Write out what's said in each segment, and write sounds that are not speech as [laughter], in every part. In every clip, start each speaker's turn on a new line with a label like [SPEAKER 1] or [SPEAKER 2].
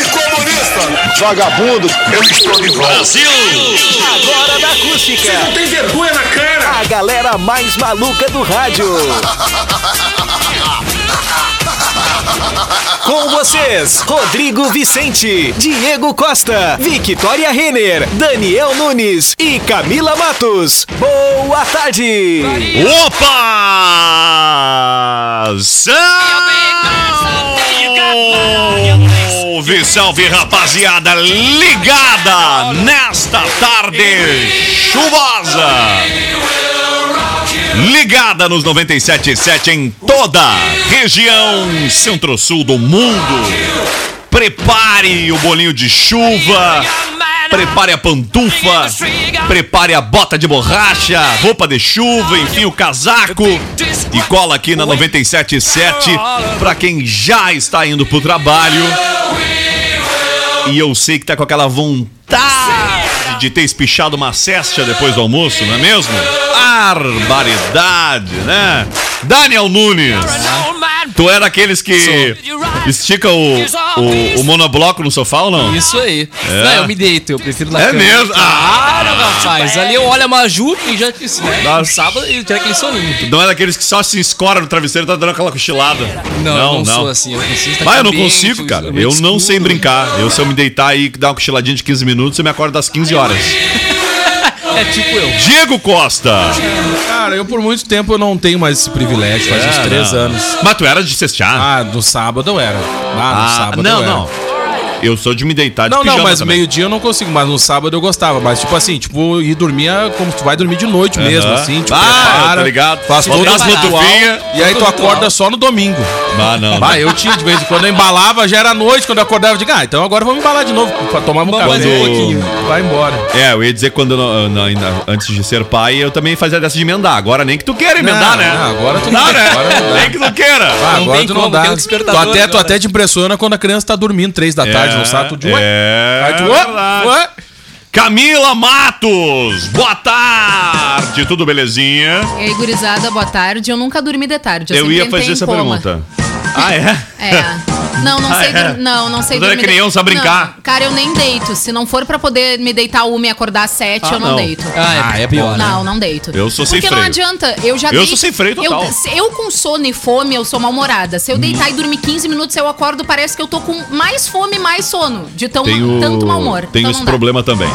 [SPEAKER 1] e comunista.
[SPEAKER 2] Vagabundo, eu estou de volta.
[SPEAKER 3] Agora da acústica. Você não tem vergonha na cara. A galera mais maluca do rádio. Com vocês, Rodrigo Vicente, Diego Costa, Victoria Renner, Daniel Nunes e Camila Matos. Boa tarde.
[SPEAKER 4] Opa! Salve, salve, rapaziada ligada nesta tarde chuvosa. Ligada nos 97.7 em toda região centro-sul do mundo. Prepare o bolinho de chuva. Prepare a pantufa, prepare a bota de borracha, roupa de chuva, enfim, o casaco. E cola aqui na 977 para quem já está indo pro trabalho. E eu sei que tá com aquela vontade de ter espichado uma cesta depois do almoço, não é mesmo? Barbaridade, né? Daniel Nunes. Tu é daqueles que estica o, o, o monobloco no sofá ou não?
[SPEAKER 5] Isso aí. Não, eu me deito, eu prefiro na
[SPEAKER 4] É
[SPEAKER 5] cama.
[SPEAKER 4] mesmo? Ah!
[SPEAKER 5] Cara, rapaz, ali eu olho a Maju e já te ensino. No sábado e já aquele soninho.
[SPEAKER 4] Não é daqueles que só se escora no travesseiro e tá dando aquela cochilada.
[SPEAKER 5] Não, eu não, sou assim, eu não consigo estar
[SPEAKER 4] Mas eu não
[SPEAKER 5] cabente,
[SPEAKER 4] consigo, cara.
[SPEAKER 5] muito
[SPEAKER 4] Eu não sei
[SPEAKER 5] escuro.
[SPEAKER 4] brincar. Eu, se eu me deitar e dar uma cochiladinha de 15 minutos, eu me acordo às 15 horas.
[SPEAKER 5] É tipo eu.
[SPEAKER 4] Diego Costa!
[SPEAKER 6] Cara, eu por muito tempo eu não tenho mais esse privilégio, faz uns três
[SPEAKER 4] É, não.
[SPEAKER 6] anos.
[SPEAKER 4] Mas tu era de cestear?
[SPEAKER 6] Ah, no sábado eu era. Ah, no sábado
[SPEAKER 4] não,
[SPEAKER 6] eu era.
[SPEAKER 4] não. Eu sou de me deitar de
[SPEAKER 6] Não, não,
[SPEAKER 4] pijama
[SPEAKER 6] mas
[SPEAKER 4] também.
[SPEAKER 6] meio-dia eu não consigo, mas no sábado eu gostava. Mas, tipo assim, tipo, ir dormir é como tu vai dormir de noite mesmo,
[SPEAKER 4] Aham.
[SPEAKER 6] assim, tipo,
[SPEAKER 4] Ah,
[SPEAKER 6] prepara,
[SPEAKER 4] tá ligado.
[SPEAKER 6] faz
[SPEAKER 4] Botar
[SPEAKER 6] todo
[SPEAKER 4] as
[SPEAKER 6] o ritual,
[SPEAKER 4] pantufinhas.
[SPEAKER 6] e aí tu acorda só no domingo.
[SPEAKER 4] Ah, não.
[SPEAKER 6] Bah, eu tinha, de vez em quando eu embalava, já era noite, quando eu acordava, eu digo, ah, então agora eu vou me embalar de novo, pra tomar um
[SPEAKER 5] mais
[SPEAKER 6] café
[SPEAKER 4] um
[SPEAKER 6] e
[SPEAKER 4] pouquinho.
[SPEAKER 6] vai embora.
[SPEAKER 4] É, eu ia dizer quando eu não- eu não- ainda- antes de ser pai, eu também fazia dessa de emendar. Agora nem que tu queira emendar,
[SPEAKER 6] Não,
[SPEAKER 4] né?
[SPEAKER 6] não, agora tu
[SPEAKER 4] não,
[SPEAKER 6] não-
[SPEAKER 4] né?
[SPEAKER 6] agora não dá.
[SPEAKER 4] Nem que tu queira.
[SPEAKER 6] Ah,
[SPEAKER 5] Não
[SPEAKER 6] agora
[SPEAKER 5] tem
[SPEAKER 6] tu
[SPEAKER 5] como,
[SPEAKER 6] não dá.
[SPEAKER 5] tem um
[SPEAKER 6] Tu
[SPEAKER 5] despertador,
[SPEAKER 6] até, tu
[SPEAKER 5] né,
[SPEAKER 6] até te impressiona quando a criança tá dormindo três da tarde, não sabe? Tu de ué,
[SPEAKER 4] É.
[SPEAKER 6] Aí tu,
[SPEAKER 4] verdade.
[SPEAKER 6] ué, ué.
[SPEAKER 4] Camila Matos, boa tarde, tudo belezinha?
[SPEAKER 7] E aí, gurizada, boa tarde. Eu nunca dormi de tarde.
[SPEAKER 4] Eu,
[SPEAKER 7] sempre
[SPEAKER 4] ia
[SPEAKER 7] entrei
[SPEAKER 4] fazer
[SPEAKER 7] em
[SPEAKER 4] essa
[SPEAKER 7] coma.
[SPEAKER 4] pergunta. Ah, é?
[SPEAKER 7] É. Não,
[SPEAKER 4] [laughs]
[SPEAKER 7] não
[SPEAKER 4] Ah,
[SPEAKER 7] sei.
[SPEAKER 4] é?
[SPEAKER 7] dormir. Não, não sei
[SPEAKER 4] Quando era
[SPEAKER 7] dormir de-
[SPEAKER 4] criança, brincar.
[SPEAKER 7] Não, cara, eu nem deito. Se não for pra poder me deitar uma e acordar às sete,
[SPEAKER 4] Ah,
[SPEAKER 7] eu não,
[SPEAKER 4] não.
[SPEAKER 7] deito.
[SPEAKER 5] Ah, é pior, né?
[SPEAKER 7] Não, não deito.
[SPEAKER 4] Eu sou sem
[SPEAKER 7] Porque
[SPEAKER 4] freio.
[SPEAKER 7] não adianta. Eu já
[SPEAKER 4] Eu
[SPEAKER 7] dei-
[SPEAKER 4] sou sem freio total. Hum.
[SPEAKER 7] Eu, se eu com sono e fome, eu sou mal-humorada. Se eu deitar e dormir 15 minutos, eu acordo, parece que eu tô com mais fome e mais sono. De tão,
[SPEAKER 4] Tenho,
[SPEAKER 7] tanto mau humor.
[SPEAKER 4] tenho
[SPEAKER 7] Então
[SPEAKER 4] esse
[SPEAKER 7] não dá.
[SPEAKER 4] problema também.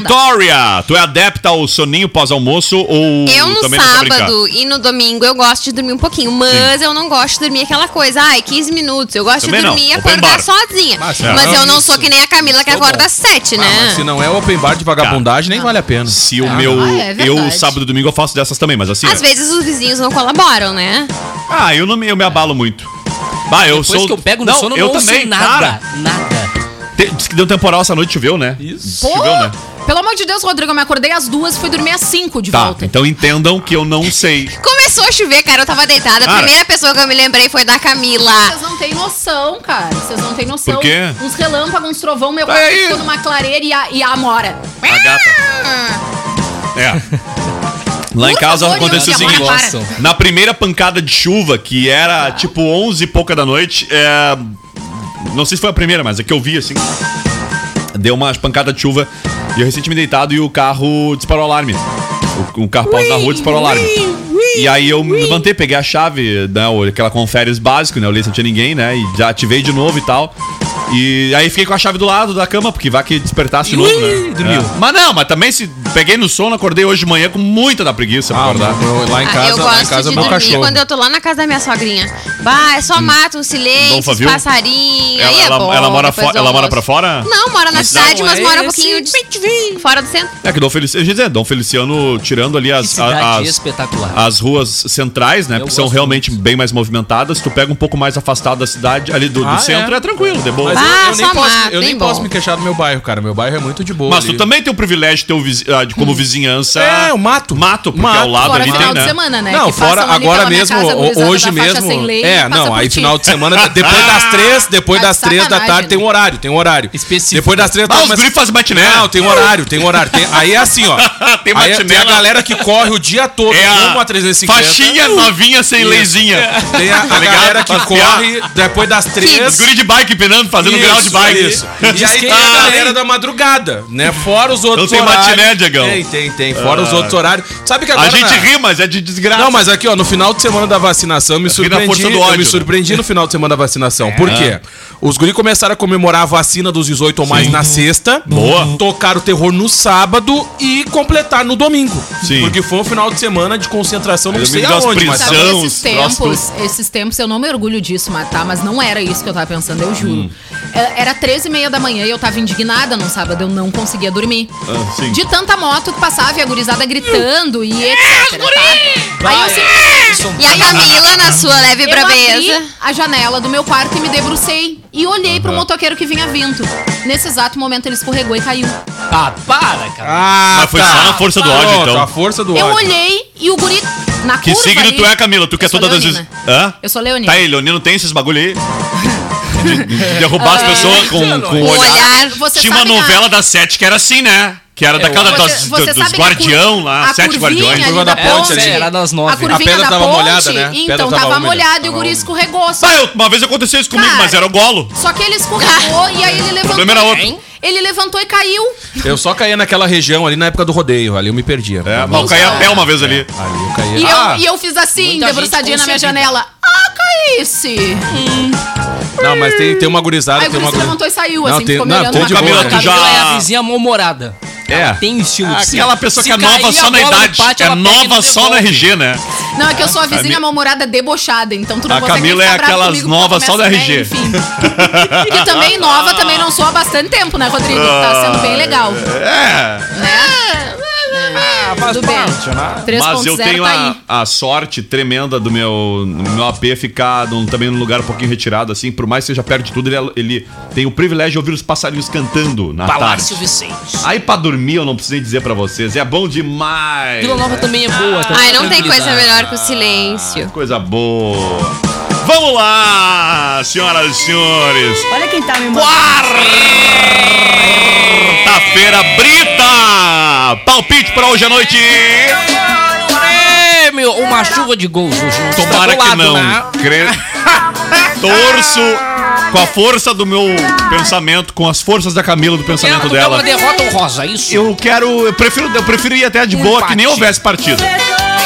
[SPEAKER 4] Victoria, tu é adepta ao soninho pós-almoço ou
[SPEAKER 8] Eu no
[SPEAKER 4] Hum, também não tá sabe brincar?
[SPEAKER 8] sábado e no domingo eu gosto de dormir um pouquinho, mas eu não gosto de dormir aquela coisa, ai, 15 minutos. Eu gosto
[SPEAKER 4] Também
[SPEAKER 8] de
[SPEAKER 4] não,
[SPEAKER 8] dormir e
[SPEAKER 4] open
[SPEAKER 8] acordar
[SPEAKER 4] bar.
[SPEAKER 8] sozinha.
[SPEAKER 6] Mas,
[SPEAKER 8] Mas,
[SPEAKER 6] não,
[SPEAKER 8] eu não
[SPEAKER 6] isso.
[SPEAKER 8] sou que nem a Camila que acorda às 7,
[SPEAKER 6] Ah, mas se
[SPEAKER 8] né? Tá.
[SPEAKER 6] não é open bar de vagabundagem, nem vale a pena.
[SPEAKER 4] Se o meu.
[SPEAKER 7] ah, é verdade.
[SPEAKER 4] eu, sábado e domingo, eu faço dessas também, mas assim.
[SPEAKER 8] Às vezes os vizinhos não colaboram, né?
[SPEAKER 4] Ah, eu não me, eu me abalo muito. Ah, eu
[SPEAKER 5] Depois
[SPEAKER 4] sou.
[SPEAKER 5] que eu pego no
[SPEAKER 4] não,
[SPEAKER 5] sono, eu
[SPEAKER 4] eu
[SPEAKER 5] não ouço
[SPEAKER 4] também,
[SPEAKER 5] nada.
[SPEAKER 4] cara.
[SPEAKER 5] Nada.
[SPEAKER 4] Te- Diz que deu temporal essa noite, choveu, né?
[SPEAKER 5] Isso.
[SPEAKER 7] Pô,
[SPEAKER 4] Choveu, né?
[SPEAKER 7] Pelo amor de Deus, Rodrigo, eu me acordei às duas e fui dormir às cinco de
[SPEAKER 4] Tá,
[SPEAKER 7] volta.
[SPEAKER 4] então entendam que eu não sei.
[SPEAKER 8] Começou a chover, cara, eu tava deitada. A
[SPEAKER 4] Cara.
[SPEAKER 8] primeira pessoa que eu me lembrei foi da Camila.
[SPEAKER 7] Vocês não têm noção, cara. Vocês não têm noção.
[SPEAKER 4] Por quê?
[SPEAKER 7] Uns relâmpagos, uns trovão, meu
[SPEAKER 4] Vai aí.
[SPEAKER 7] quarto ficou numa clareira e a, e a Amora.
[SPEAKER 4] A gata. É. Lá em
[SPEAKER 7] Por
[SPEAKER 4] casa
[SPEAKER 7] favor,
[SPEAKER 4] aconteceu o
[SPEAKER 7] Yuri,
[SPEAKER 4] seguinte:
[SPEAKER 7] agora
[SPEAKER 5] para.
[SPEAKER 4] na primeira pancada de chuva, que era tipo 11 e pouca da noite, é, não sei se foi a primeira, mas é que eu vi assim. Deu uma pancada de chuva e eu recente me deitado e o carro disparou o alarme. O, o carro passou na rua e disparou o alarme. E aí eu me levantei, peguei a chave, né, o- aquela conferes básico, né? Eu li se não tinha ninguém, né? E já ativei de novo e tal. E aí fiquei com a chave do lado da cama, porque vai que despertasse de novo, né?
[SPEAKER 6] dormiu.
[SPEAKER 4] É. Mas não, mas também se peguei no sono, acordei hoje de manhã com muita da preguiça pra
[SPEAKER 6] Ah,
[SPEAKER 4] acordar.
[SPEAKER 6] eu- lá em
[SPEAKER 8] Ah,
[SPEAKER 6] casa,
[SPEAKER 8] eu
[SPEAKER 6] lá em
[SPEAKER 8] gosto
[SPEAKER 6] casa é
[SPEAKER 8] de
[SPEAKER 6] meu
[SPEAKER 8] dormir
[SPEAKER 6] cachorro.
[SPEAKER 8] quando eu tô lá na casa da minha sogrinha. Bah, é só mata um
[SPEAKER 4] Dom
[SPEAKER 8] silêncio, os
[SPEAKER 4] Favio?
[SPEAKER 8] passarinhos.
[SPEAKER 4] Ela,
[SPEAKER 8] aí é
[SPEAKER 4] ela-
[SPEAKER 8] bom,
[SPEAKER 4] ela mora,
[SPEAKER 8] depois
[SPEAKER 4] fo-
[SPEAKER 8] do
[SPEAKER 4] ela mora
[SPEAKER 8] almoço.
[SPEAKER 4] pra fora?
[SPEAKER 8] Não, mora na cidade, mas
[SPEAKER 5] é
[SPEAKER 8] mora um
[SPEAKER 5] esse
[SPEAKER 8] pouquinho de... fora do centro.
[SPEAKER 4] É que Dom Feliciano, dizer, Dom Feliciano tirando ali
[SPEAKER 5] Que
[SPEAKER 4] as, a-
[SPEAKER 5] cidade
[SPEAKER 4] as,
[SPEAKER 5] espetacular.
[SPEAKER 4] as ruas centrais, né?
[SPEAKER 5] Eu
[SPEAKER 4] Porque são
[SPEAKER 5] gosto
[SPEAKER 4] realmente bem mais movimentadas. Tu pega um pouco mais afastado da cidade, ali do, do
[SPEAKER 6] Ah, é?
[SPEAKER 4] centro, é, tranquilo, de boa.
[SPEAKER 6] Mas
[SPEAKER 4] Mas,
[SPEAKER 6] eu- eu,
[SPEAKER 8] Ah,
[SPEAKER 6] nem,
[SPEAKER 8] só
[SPEAKER 6] posso,
[SPEAKER 8] mata,
[SPEAKER 6] eu nem
[SPEAKER 8] bem
[SPEAKER 6] posso
[SPEAKER 8] bom.
[SPEAKER 6] me queixar do meu bairro, cara. Meu bairro é muito de boa.
[SPEAKER 4] tu
[SPEAKER 5] tá
[SPEAKER 6] ali.
[SPEAKER 4] também tem o privilégio de ter o vizi- ah, de- como vizinhança.
[SPEAKER 6] É, o mato.
[SPEAKER 4] tá Mato, porque
[SPEAKER 6] Mato.
[SPEAKER 4] ao lado
[SPEAKER 7] Fora
[SPEAKER 4] ali
[SPEAKER 7] final
[SPEAKER 4] tem,
[SPEAKER 7] de
[SPEAKER 4] né?
[SPEAKER 7] semana, né?
[SPEAKER 6] Não,
[SPEAKER 7] Que
[SPEAKER 6] fora
[SPEAKER 7] passam ali
[SPEAKER 6] agora
[SPEAKER 7] pela minha
[SPEAKER 6] mesmo,
[SPEAKER 7] casa, a
[SPEAKER 6] o-
[SPEAKER 7] gurizada
[SPEAKER 6] hoje
[SPEAKER 7] da faixa sem
[SPEAKER 6] mesmo.
[SPEAKER 7] lei
[SPEAKER 6] É,
[SPEAKER 7] passa
[SPEAKER 6] não,
[SPEAKER 7] por
[SPEAKER 6] aí
[SPEAKER 7] ti.
[SPEAKER 6] final de
[SPEAKER 4] [laughs]
[SPEAKER 6] semana, depois das três, depois
[SPEAKER 7] Tá de
[SPEAKER 6] das três da
[SPEAKER 7] sacanagem,
[SPEAKER 6] tarde tem um horário, tem um horário.
[SPEAKER 5] Específico.
[SPEAKER 6] Depois das três
[SPEAKER 4] Ah, os
[SPEAKER 6] mas-
[SPEAKER 4] guri fazem matiné.
[SPEAKER 6] Não, tem um horário, tem um horário. Tem- aí é assim, ó.
[SPEAKER 4] [laughs] Tem
[SPEAKER 6] aí,
[SPEAKER 4] matiné
[SPEAKER 6] tem a
[SPEAKER 4] lá.
[SPEAKER 6] galera que corre o dia todo,
[SPEAKER 4] É
[SPEAKER 6] rumo
[SPEAKER 4] a
[SPEAKER 6] a 350.
[SPEAKER 4] faixinha novinha sem leizinha.
[SPEAKER 6] Tem a, a
[SPEAKER 4] Tá ligado?
[SPEAKER 6] galera que
[SPEAKER 4] Faz
[SPEAKER 6] corre depois das
[SPEAKER 4] Os
[SPEAKER 6] três.
[SPEAKER 4] guri de bike empinando, fazendo
[SPEAKER 6] Isso,
[SPEAKER 4] grau de bike.
[SPEAKER 6] Isso. E aí tem a
[SPEAKER 4] Ah,
[SPEAKER 6] galera da madrugada, né? Fora os outros
[SPEAKER 4] Então tem
[SPEAKER 6] horários.
[SPEAKER 4] matiné, Diegão. Ah.
[SPEAKER 6] Tem, tem, tem. Fora os outros horários. Sabe que
[SPEAKER 4] A
[SPEAKER 6] agora...
[SPEAKER 4] gente
[SPEAKER 6] né?
[SPEAKER 4] ri, mas é de desgraça.
[SPEAKER 6] Não, mas aqui, ó, no final de semana da vacinação, eu me
[SPEAKER 4] Aqui na
[SPEAKER 6] surpreendi.
[SPEAKER 4] força do
[SPEAKER 6] Eu
[SPEAKER 4] ódio,
[SPEAKER 6] me
[SPEAKER 4] né? É. Ah.
[SPEAKER 6] surpreendi no final de semana da vacinação. Por quê? Os guri começaram a comemorar a vacina dos 18 ou mais na sexta.
[SPEAKER 4] Boa.
[SPEAKER 6] Tocaram o terror no sábado e completar no domingo.
[SPEAKER 4] Sim.
[SPEAKER 6] Porque foi um final de semana de concentração, não
[SPEAKER 4] Eu
[SPEAKER 6] sei
[SPEAKER 4] me dou as
[SPEAKER 6] aonde, mas tá
[SPEAKER 8] tá?
[SPEAKER 4] prisão.
[SPEAKER 6] tava-
[SPEAKER 7] Sabe,
[SPEAKER 4] São
[SPEAKER 7] esses
[SPEAKER 4] os troços
[SPEAKER 7] tempos, esses tempos, eu não me orgulho disso, mas tá, mas não era isso que eu tava pensando, eu juro. É, Era 13 e meia da manhã e eu tava indignada num sábado, eu não conseguia dormir.
[SPEAKER 4] Ah, sim.
[SPEAKER 7] De tanta moto que passava e a gurizada gritando e
[SPEAKER 4] É,
[SPEAKER 7] etc. tá? Aí eu simplesmente
[SPEAKER 8] E
[SPEAKER 4] Tá
[SPEAKER 8] a Camila, na sua leve
[SPEAKER 7] eu abri
[SPEAKER 8] braveza.
[SPEAKER 7] a janela do meu quarto e me debrucei e olhei pro motoqueiro que vinha vindo. Nesse exato momento ele escorregou e caiu.
[SPEAKER 5] Ah, para, cara.
[SPEAKER 6] Ah,
[SPEAKER 4] Mas foi só na força do ódio,
[SPEAKER 6] Pronto, a
[SPEAKER 4] então.
[SPEAKER 6] força do
[SPEAKER 7] Eu
[SPEAKER 6] ódio.
[SPEAKER 7] olhei e o guri na
[SPEAKER 4] Que
[SPEAKER 7] curva
[SPEAKER 4] signo
[SPEAKER 7] ali-
[SPEAKER 4] tu é, Camila? Tu quer
[SPEAKER 7] Eu sou
[SPEAKER 4] todas as vezes.
[SPEAKER 7] leonina.
[SPEAKER 4] Hã?
[SPEAKER 7] Eu sou leonina.
[SPEAKER 4] Tá aí, Leonino tem esses bagulho aí? De, de derrubar as pessoas com, com o
[SPEAKER 8] O
[SPEAKER 4] olhar.
[SPEAKER 8] olhar.
[SPEAKER 7] Você
[SPEAKER 4] Tinha uma
[SPEAKER 7] sabe na-
[SPEAKER 4] novela das sete que era assim, né? Que era daquela
[SPEAKER 7] Você-
[SPEAKER 4] das, do-
[SPEAKER 7] você
[SPEAKER 4] dos
[SPEAKER 7] sabe que a
[SPEAKER 4] guardião
[SPEAKER 7] cur-
[SPEAKER 4] lá,
[SPEAKER 7] a
[SPEAKER 4] sete
[SPEAKER 7] curvinha
[SPEAKER 4] guardiões.
[SPEAKER 7] ali
[SPEAKER 6] Curva da ponte ali.
[SPEAKER 5] Era das nove.
[SPEAKER 7] A curvinha
[SPEAKER 6] A pedra
[SPEAKER 7] da
[SPEAKER 6] tava
[SPEAKER 7] ponte,
[SPEAKER 6] molhada, né? A pedra
[SPEAKER 7] Então,
[SPEAKER 6] tava
[SPEAKER 7] tava,
[SPEAKER 6] úmida.
[SPEAKER 7] molhada e o
[SPEAKER 6] Tava
[SPEAKER 7] guri
[SPEAKER 6] úmida.
[SPEAKER 7] escorregou. Só,
[SPEAKER 4] Ah, eu- uma vez aconteceu isso comigo,
[SPEAKER 7] Cara.
[SPEAKER 4] mas era o golo.
[SPEAKER 7] só que ele escorregou e aí ele levantou.
[SPEAKER 4] problema era outro.
[SPEAKER 7] Ele levantou e caiu.
[SPEAKER 6] Eu só caía naquela região ali na época do rodeio. Ali eu me perdia.
[SPEAKER 4] É, mas eu caí a pé uma vez ali.
[SPEAKER 6] Ali eu caía.
[SPEAKER 7] E,
[SPEAKER 6] Ah,
[SPEAKER 7] eu, e eu fiz assim,
[SPEAKER 5] Muita
[SPEAKER 7] debruçadinha
[SPEAKER 5] gente
[SPEAKER 7] na minha
[SPEAKER 5] conseguiu.
[SPEAKER 7] janela. Ah, caísse!
[SPEAKER 6] Não, mas tem, tem uma gurizada,
[SPEAKER 7] Aí o
[SPEAKER 6] tem uma
[SPEAKER 7] guri
[SPEAKER 6] gurizada.
[SPEAKER 7] se levantou e saiu,
[SPEAKER 6] Não,
[SPEAKER 7] assim,
[SPEAKER 6] tem-
[SPEAKER 7] ficou
[SPEAKER 6] não,
[SPEAKER 7] me olhando.
[SPEAKER 6] tem
[SPEAKER 7] na
[SPEAKER 6] de
[SPEAKER 7] cara.
[SPEAKER 4] boa, né?
[SPEAKER 5] Camila,
[SPEAKER 4] já-
[SPEAKER 5] é a vizinha mal-humorada. Ela tem um estilo de ser.
[SPEAKER 4] Aquela pessoa
[SPEAKER 5] Se
[SPEAKER 4] que é
[SPEAKER 5] cair
[SPEAKER 4] nova
[SPEAKER 5] a
[SPEAKER 4] só na
[SPEAKER 5] bola no
[SPEAKER 4] idade,
[SPEAKER 5] pátio,
[SPEAKER 4] é
[SPEAKER 5] ela pega e
[SPEAKER 4] nova só no
[SPEAKER 5] devolve.
[SPEAKER 4] RG, né?
[SPEAKER 7] Não, é que eu sou a vizinha
[SPEAKER 4] Cami-
[SPEAKER 7] mal-humorada debochada, então tu não
[SPEAKER 4] A
[SPEAKER 7] consegue
[SPEAKER 4] Camila
[SPEAKER 7] ficar
[SPEAKER 4] é
[SPEAKER 7] bravo
[SPEAKER 4] aquelas
[SPEAKER 7] comigo
[SPEAKER 4] novas
[SPEAKER 7] quando
[SPEAKER 4] só da
[SPEAKER 7] começa,
[SPEAKER 4] RG.
[SPEAKER 7] né? Enfim. que também nova, também não sou há bastante tempo, né, Rodrigo? Tá sendo bem legal.
[SPEAKER 4] É.
[SPEAKER 7] Né? Tudo bem. 3.0
[SPEAKER 4] Mas eu tenho
[SPEAKER 7] tá aí.
[SPEAKER 4] a, a sorte tremenda do meu, do meu AP ficar num- também num lugar um pouquinho retirado, assim. Por mais que seja perto de tudo, ele, é, ele tem o privilégio de ouvir os passarinhos cantando na tarde.
[SPEAKER 5] Palácio Vicente.
[SPEAKER 4] Aí pra dormir eu não precisei dizer pra vocês, é bom demais.
[SPEAKER 5] Vila Nova também é boa. tá?
[SPEAKER 8] Ai, não tem
[SPEAKER 5] Tranquilidade.
[SPEAKER 8] coisa melhor que o silêncio.
[SPEAKER 4] Coisa boa. Vamos lá, senhoras e senhores.
[SPEAKER 9] Olha quem tá me
[SPEAKER 4] Quarta-feira, Brita! Palpite pra hoje à noite.
[SPEAKER 5] É, meu, uma chuva de gols hoje.
[SPEAKER 4] Tomara
[SPEAKER 5] Tá do
[SPEAKER 4] que
[SPEAKER 5] lado,
[SPEAKER 4] não.
[SPEAKER 5] né?
[SPEAKER 9] [laughs]
[SPEAKER 4] Cre- Torço com a força do meu pensamento, com as forças da Camila do pensamento
[SPEAKER 5] Quero que
[SPEAKER 4] dela.
[SPEAKER 5] ela derrota o Rosa, é isso?
[SPEAKER 4] Eu quero, eu prefiro, eu prefiro ir até de boa que nem
[SPEAKER 5] empate.
[SPEAKER 4] houvesse partida.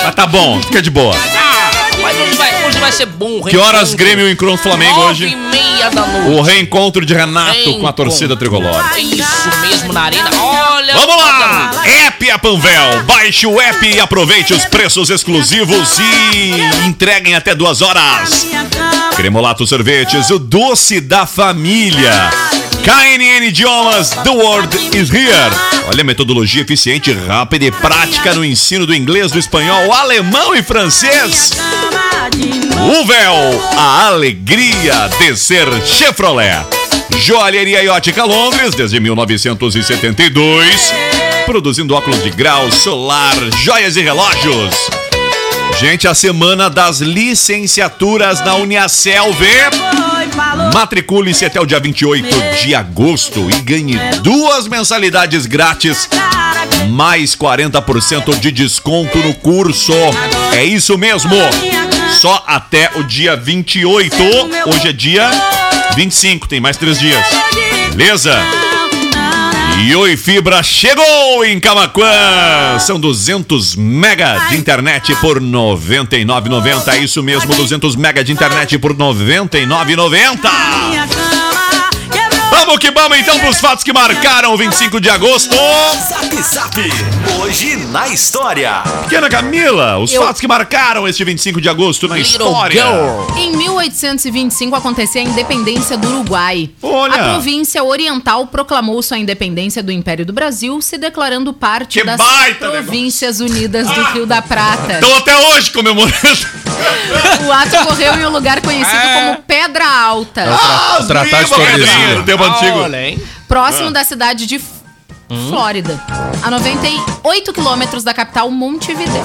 [SPEAKER 4] Mas tá bom, fica de boa.
[SPEAKER 5] Ah, mas hoje vai, hoje vai ser bom.
[SPEAKER 4] Que horas Grêmio encontra o Flamengo
[SPEAKER 5] Nove e
[SPEAKER 4] hoje?
[SPEAKER 5] meia da noite.
[SPEAKER 4] O reencontro de Renato com a
[SPEAKER 5] Reencontro.
[SPEAKER 4] torcida tricolor.
[SPEAKER 5] É Isso mesmo, na arena. Olha.
[SPEAKER 4] Vamos lá! App Apanvel. Baixe o app e aproveite os preços exclusivos e entreguem até duas horas. Cremolato Sorvetes, o doce da família. KNN Idiomas, The World is Here. Olha, metodologia eficiente, rápida e prática no ensino do inglês, do espanhol, alemão e francês. Uvel, a alegria de ser Chevrolet. Joalheria e ótica Londres, desde 1972. Produzindo óculos de grau, solar, joias e relógios. Gente, a semana das licenciaturas na Uniaselv. Matricule-se até o dia 28 de agosto e ganhe duas mensalidades grátis mais 40% de desconto no curso. É isso mesmo. Só até o dia 28. Hoje é dia 25, tem mais três dias. Beleza? E Oi Fibra chegou em Camaquã! São 200 mega de internet por R$ 99,90. É isso mesmo, 200 mega de internet por R$ 99,90. Vamos que vamos então pros fatos que marcaram o 25 de agosto.
[SPEAKER 9] Zap Zap, hoje na história.
[SPEAKER 4] Pequena Camila, os
[SPEAKER 7] Eu-
[SPEAKER 4] fatos que marcaram este 25 de agosto na história.
[SPEAKER 7] Em 1825 acontecia a independência do Uruguai.
[SPEAKER 4] Olha!
[SPEAKER 7] A província oriental proclamou sua independência do Império do Brasil, se declarando parte
[SPEAKER 4] Que
[SPEAKER 7] das
[SPEAKER 4] baita Ah.
[SPEAKER 7] Províncias Unidas do Rio da Prata.
[SPEAKER 4] Estão Então, até hoje comemorando.
[SPEAKER 7] O ato ocorreu em um lugar conhecido
[SPEAKER 4] É.
[SPEAKER 7] como Pedra Alta,
[SPEAKER 4] Ah.
[SPEAKER 6] O Tratado de
[SPEAKER 4] Viva Pedrinha,
[SPEAKER 6] Tordesilhas.
[SPEAKER 4] no tempo antigo.
[SPEAKER 7] próximo
[SPEAKER 4] Ah.
[SPEAKER 7] da cidade de F- Flórida, a 98 quilômetros da capital Montevideo.